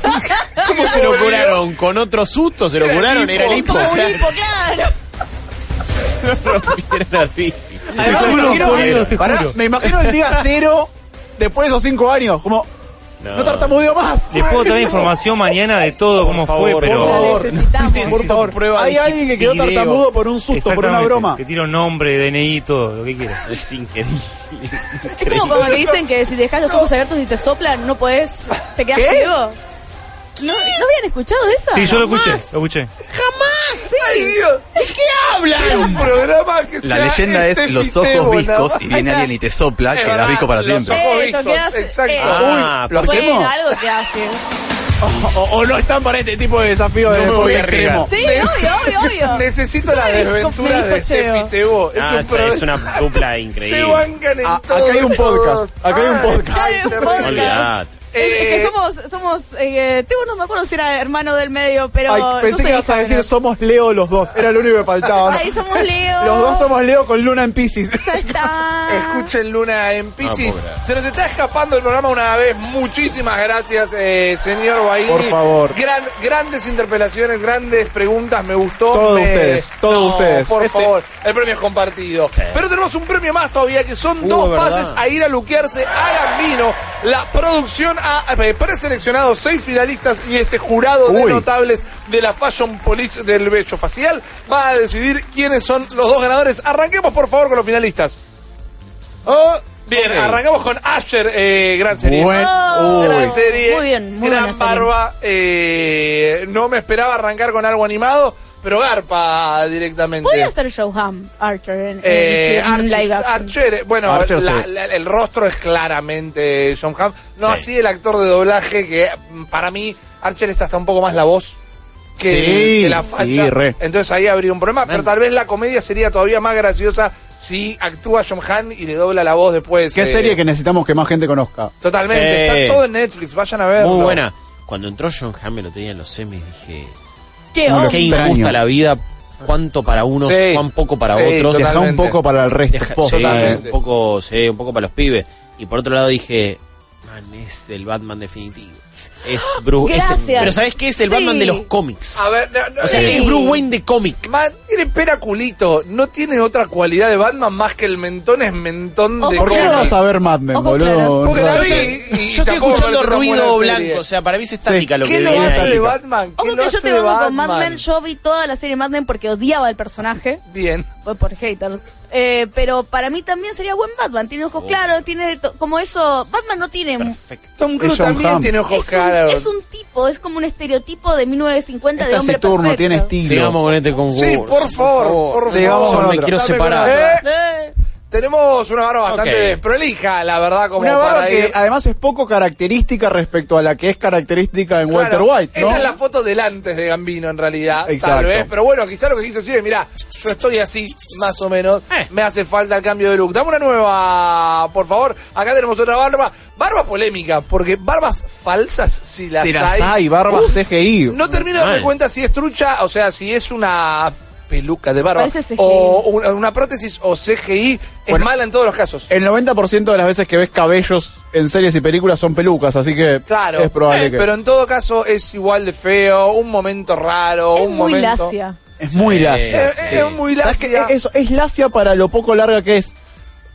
S4: ¿Cómo se lo curaron? ¿Con otro susto se lo curaron? Era el hipo. [laughs]
S2: Con un hipo, claro.
S4: Era Rippy.
S1: Además,
S8: Te
S1: me
S8: juro,
S1: imagino-
S8: boludo, te
S1: pará,
S8: juro.
S1: me imagino el día cero, después de esos cinco años, como, no, tartamudeo más.
S8: Les puedo traer información mañana de todo cómo
S4: favor,
S8: fue, pero...
S1: por
S2: La
S1: favor.
S4: [laughs]
S2: necesitamos.
S1: Por favor,
S4: prueba
S1: hay
S4: de
S1: alguien que quedó
S4: video.
S1: tartamudo por un susto, por una
S8: Exactamente,
S1: broma.
S8: Te tiro nombre, DNI, todo, lo que quieras.
S1: [laughs]
S4: Es increíble.
S2: Es como cuando te dicen que si dejas los ojos abiertos y te soplan, no podés, te quedas
S1: ¿Qué?
S2: ciego. ¿No, ¿No habían escuchado de esa?
S1: Ah,
S8: Sí, yo lo escuché,
S2: Jamás.
S8: lo escuché.
S1: ¡Ay, Dios! ¿De qué hablan? un programa que este
S7: La leyenda es los ojos viscos y viene alguien y te sopla que das visco para siempre.
S2: Eso,
S3: Viscos,
S2: quedas-
S3: exacto.
S2: eh,
S4: Ah,
S1: ¿Lo
S2: bueno,
S1: hacemos?
S2: algo que hace.
S1: O, o no están para este tipo de desafíos de
S3: me voy
S1: deporte
S3: a arriesgar.
S1: extremo.
S2: Sí,
S1: [laughs]
S2: obvio, obvio, obvio.
S3: Necesito la
S2: Me
S3: desventura de
S1: este
S2: bizcocheo.
S3: Steffi Tebo. Es
S4: Ah,
S3: un
S4: es,
S3: pro-
S4: es una
S1: [laughs]
S4: dupla increíble.
S3: Se bancan en
S1: A- Ah, acá
S3: todo,
S1: hay un
S3: todos.
S1: podcast, acá hay un
S3: Ay,
S1: podcast.
S3: ay,
S2: Acá hay un
S3: terrible.
S2: podcast.
S4: Olvidate.
S2: Es, es
S3: Eh,
S2: que somos, somos, eh, Tebo no me acuerdo si era hermano del medio, pero.
S1: Ay,
S2: no
S1: pensé
S2: sé
S1: que ibas a
S2: Instagram.
S1: decir somos Leo los dos. Era lo único que faltaba. ¿no?
S2: Ay, somos Leo.
S1: Los dos somos Leo con Luna en Pisces.
S2: Ya está.
S3: Escuchen Luna
S1: Ah,
S3: en Pisces.
S4: No puedo creer.
S3: Se nos está escapando el programa una vez. Muchísimas gracias, eh, señor Guaini.
S1: Por favor.
S3: Gran- grandes interpelaciones, grandes preguntas. Me gustó.
S1: Todos
S3: Me-
S1: ustedes, todos
S3: No,
S1: ustedes.
S3: Por
S1: Este-
S3: favor, el premio es compartido. Pero tenemos un premio más todavía que son
S4: Uh,
S3: dos
S4: ¿verdad?
S3: pases a ir a luquearse a Gambino. La producción ha eh, preseleccionado seis finalistas y este jurado de
S1: Uy.
S3: notables de la Fashion Police del Bello Facial va a decidir quiénes son los dos ganadores. Arranquemos, por favor, con los finalistas. Bien,
S4: Ok.
S3: arrancamos con Asher, eh, gran serie.
S1: Buen-
S2: Oh,
S3: gran
S2: uy.
S3: serie,
S2: Muy bien, muy
S3: gran
S2: buena serie.
S3: barba. eh, no me esperaba arrancar con algo animado, pero garpa directamente.
S2: Podría ser Showham Archer en, en-
S3: Eh,
S2: en
S3: Arch-
S2: live action.
S3: Archer, eh, bueno,
S1: Archer,
S3: la-
S1: sí.
S3: la- el rostro es claramente John Hamm. No así el actor de doblaje que mm, para mí Archer es hasta un poco más la voz que,
S1: Sí,
S3: que la
S1: sí,
S3: facha.
S1: re.
S3: Entonces ahí habría un problema, pero tal vez la comedia sería todavía más graciosa si actúa John Hamm y le dobla la voz
S1: [laughs]
S3: después.
S1: Qué
S3: eh,
S1: serie que necesitamos que más gente conozca.
S3: Totalmente,
S4: Sí.
S3: está todo en Netflix, vayan a verlo.
S4: Muy buena. Cuando entró John Hamm el otro día en los semis dije,
S2: Qué
S1: Lo
S2: onda.
S4: qué
S1: extraño.
S4: injusta la vida, cuánto para unos,
S3: Sí.
S4: cuán poco para
S3: Sí,
S4: otros.
S3: total.
S1: Deja un
S3: Totalmente.
S1: poco para el resto.
S4: Deja-
S1: posta,
S4: sí,
S1: eh.
S4: un poco, sí, un poco para los pibes. Y por otro lado dije, man, es el Batman definitivo. Es Bruce. es-
S2: Gracias.
S4: pero ¿sabes qué? Es el
S2: Sí.
S4: Batman de los cómics.
S3: A ver, no, no,
S4: O sea,
S3: eh,
S4: es Bruce Wayne de cómic.
S3: Man, tiene pera culito, no tiene otra cualidad de Batman más que el mentón es mentón de
S2: Ojo,
S1: ¿Por qué
S3: cómic.
S1: no vas a ver Mad Men,
S2: Ojos
S1: boludo?
S2: claros.
S3: Porque la
S1: No.
S3: vi
S4: Yo
S3: y
S4: estoy
S3: tampoco
S4: escuchando
S3: parece tan
S4: ruido
S3: buena
S4: blanco,
S3: serie.
S4: o sea, para mí es estática lo que
S3: ¿Qué lo
S4: vi.
S3: hace de
S1: estática.
S3: Batman? ¿Qué
S2: Ojo
S3: lo
S2: que yo
S3: hace
S2: te
S3: de
S2: vengo con
S3: Batman?
S2: Mad Men. Yo vi toda la serie Mad Men porque odiaba el personaje.
S3: Bien.
S2: Fue por hater. Eh, pero para mí también sería buen Batman. Tiene ojos
S4: Oh.
S2: claros, tiene to- como eso. Batman no tiene. un-
S4: Perfecto.
S3: Tom Cruise
S1: Es John
S3: también
S1: Hamm.
S3: tiene
S2: Es un,
S3: ojos claros.
S2: es un tipo, es como un estereotipo de 1950 de
S1: Esta
S2: hombre
S1: turno
S2: perfecto.
S1: tiene estilo.
S4: Sigamos con este concurso.
S3: Sí, por favor, por
S1: Sigamos
S3: favor.
S1: con
S4: me
S1: otra.
S4: quiero
S3: Dame
S4: separar.
S3: con otra.
S2: Eh,
S3: Tenemos una barba bastante
S4: Ok.
S3: prolija, la verdad, como
S1: Una
S3: para
S1: barba que
S3: ir-
S1: además es poco característica respecto a la que es característica en Walter
S3: Claro,
S1: White, ¿no?
S3: Esta es la foto del antes de Gambino, en realidad, tal
S1: Exacto.
S3: vez. Pero bueno, quizá lo que quiso decir es, mirá, yo estoy así, más o menos.
S4: Eh.
S3: Me hace falta el cambio de look. Dame una nueva, por favor. Acá tenemos otra barba. Barba polémica, porque barbas falsas, si las
S1: Si
S3: hay...
S1: las hay, barba CGI.
S3: No termino de darme
S4: Mal.
S3: cuenta si es trucha, o sea, si es una peluca de barba
S2: Parece CGI.
S3: o una, una prótesis o CGI es mala en todos los casos.
S1: El 90% de las veces que ves cabellos en series y películas son pelucas, así que
S3: Claro,
S1: es probable
S3: Eh,
S1: que...
S3: pero en todo caso es igual de feo, un momento raro,
S2: es
S3: un
S2: muy
S3: momento...
S2: lacia.
S1: es muy lacia.
S3: Eh, eh, Es muy
S1: ¿Sabes qué?
S3: lacia.
S1: Es- Eso, es lacia para lo poco larga que es.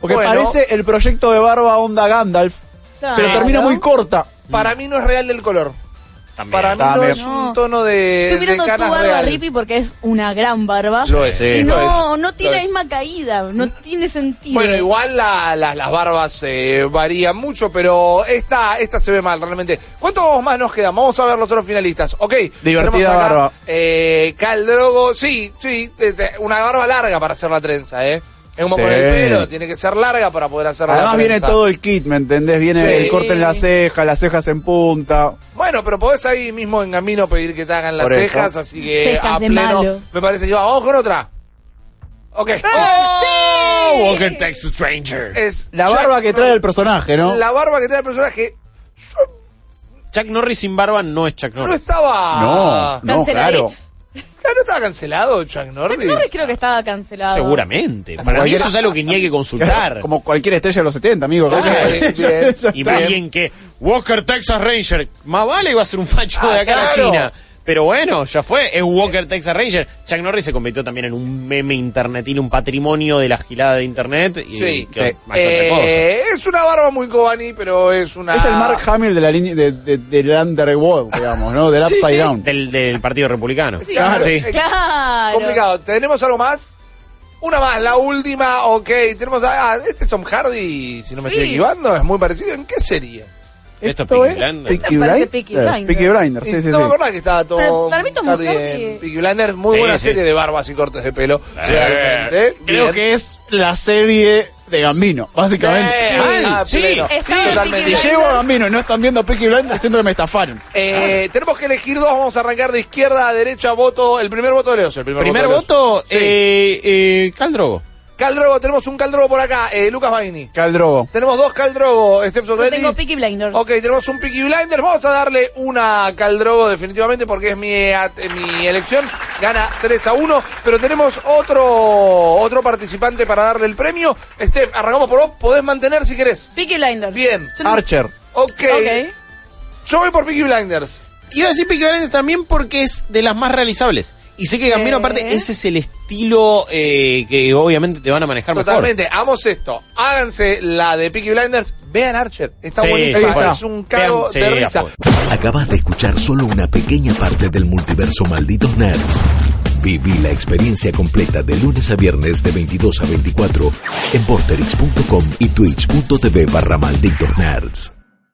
S1: Porque
S3: Bueno.
S1: parece el proyecto de barba onda Gandalf. Se lo
S2: Ah. Claro.
S1: termina muy corta.
S3: Para mí no es real el color.
S4: También.
S3: Para mí no
S1: También.
S3: es un
S2: No.
S3: tono de,
S2: Estoy
S3: de
S2: mirando tu
S3: canas
S2: barba,
S3: real.
S2: Rippy, porque es una gran barba.
S3: Lo es,
S2: y
S3: sí, lo
S2: no,
S3: es,
S2: no tiene
S3: lo
S2: la
S3: es.
S2: misma caída, no tiene sentido.
S3: Bueno, igual la- la- las barbas eh, varían mucho, pero esta, esta se ve mal realmente. ¿Cuántos más nos quedan? Vamos a ver los otros finalistas. Ok,
S1: Divertida
S3: tenemos acá,
S1: barba.
S3: Eh, Caldrogo, sí, sí, te- te- una barba larga para hacer la trenza, ¿eh? Es como
S1: Sí.
S3: con el pelo, tiene que ser larga para poder hacerlo.
S1: Además viene todo el kit, ¿me entendés? Viene
S3: Sí.
S1: el corte en la ceja, las cejas en punta.
S3: Bueno, pero podés ahí mismo en camino pedir que te hagan las
S1: Por eso.
S3: cejas, así que
S2: Cejas
S3: a
S2: de
S3: pleno.
S2: malo. ¡Eh,
S3: Me parece que va. vamos con otra. Ok.
S4: ¡Oh! Walker Texas Ranger.
S3: Es
S1: La
S3: Jack-
S1: barba que trae el personaje, ¿no?
S3: La barba que trae el personaje
S4: Chuck Norris sin barba no es Chuck
S3: no
S4: Norris.
S3: estaba.
S1: No, no, claro.
S2: Canceladich.
S3: Claro, no estaba cancelado Chuck Norris.
S2: Chuck Norris creo que estaba cancelado.
S4: Seguramente. Para mí
S1: cualquiera-
S4: eso es algo que ni hay que
S3: [laughs]
S4: consultar.
S1: [laughs] Como cualquier estrella de los 70, amigo. [laughs]
S3: Bien, bien.
S4: Y más bien que Walker Texas Ranger. Más vale iba a ser un facho de
S3: Ah,
S4: acá a la
S3: claro.
S4: China. Pero bueno, ya fue. Es Walker Texas Ranger. Chuck Norris se convirtió también en un meme internetil, un patrimonio de la gilada de internet. Y
S3: Sí,
S4: que-
S1: sí.
S4: más que otra cosa.
S3: Eh, es una barba muy cobani, pero es una.
S1: Es el Mark Hamill de la línea de, de, del Underworld, digamos, ¿no? Del Upside Down.
S4: Del, del Partido Republicano.
S3: Claro.
S4: Sí.
S3: Eh,
S2: Claro.
S3: Complicado. ¿Tenemos algo más? Una más, la última, ok. Tenemos a. ah, este es Tom Hardy, si no me estoy equivocando, es muy parecido. ¿En qué serie?
S4: Esto es Peaky Blinders.
S1: Peaky
S2: Me parece
S1: Blinders.
S2: Peaky
S1: Blinders. Peaky Blinders, sí,
S3: Y
S1: sí,
S3: no
S1: sí.
S3: me acordaba que estaba Tom
S2: Pero para mí Tom
S3: Hardy
S2: Hardy-
S3: en Peaky Blinders. Muy
S4: Sí,
S3: buena
S4: sí.
S3: serie de barbas y cortes de pelo.
S4: Sí.
S3: realmente.
S1: Creo
S3: Bien.
S1: que es la serie de Gambino, básicamente.
S3: Eh,
S4: Mal,
S3: ah,
S4: sí,
S3: pleno.
S2: sí,
S3: totalmente.
S1: Si llego a Gambino y no están viendo Peaky Blinders, siento que me estafaron.
S3: Eh, tenemos que elegir dos, vamos a arrancar de izquierda a derecha, voto, el primer voto de Leos, el primer,
S4: Primer
S3: de Leos.
S4: voto,
S3: Sí.
S4: eh, eh, Khal Drogo.
S3: Caldrogo, tenemos un Caldrogo por acá, eh, Lucas Baini.
S1: Caldrogo.
S3: Tenemos dos Caldrogo, Steph
S2: Yo
S3: Sordelli.
S2: tengo Peaky Blinders.
S3: Ok, tenemos un Peaky Blinders, vamos a darle una a Caldrogo definitivamente porque es mi, eh, at- eh, mi elección, gana 3 a 1, pero tenemos otro otro participante para darle el premio. Steph, arrancamos por vos, podés mantener si querés.
S2: Peaky Blinders.
S3: Bien.
S2: Yo no-
S1: Archer.
S3: ok,
S2: Ok.
S3: yo voy por Peaky Blinders.
S4: Iba a decir Peaky Blinders también porque es de las más realizables. Y sé que Gambino,
S2: Eh.
S4: aparte, ese es el estilo eh, que obviamente te van a manejar
S3: Totalmente, hagamos esto. Háganse la de Peaky Blinders. Vean Archer, está
S4: Sí,
S3: buenísima.
S1: ahí está.
S3: Es un cago
S4: Vean, sí,
S3: de
S4: a
S3: risa.
S4: full.
S5: Acabas de escuchar solo una pequeña parte del multiverso Malditos Nerds. Viví la experiencia completa de lunes a viernes de 22 a 24 en porterix.com y twitch.tv barra Malditos Nerds.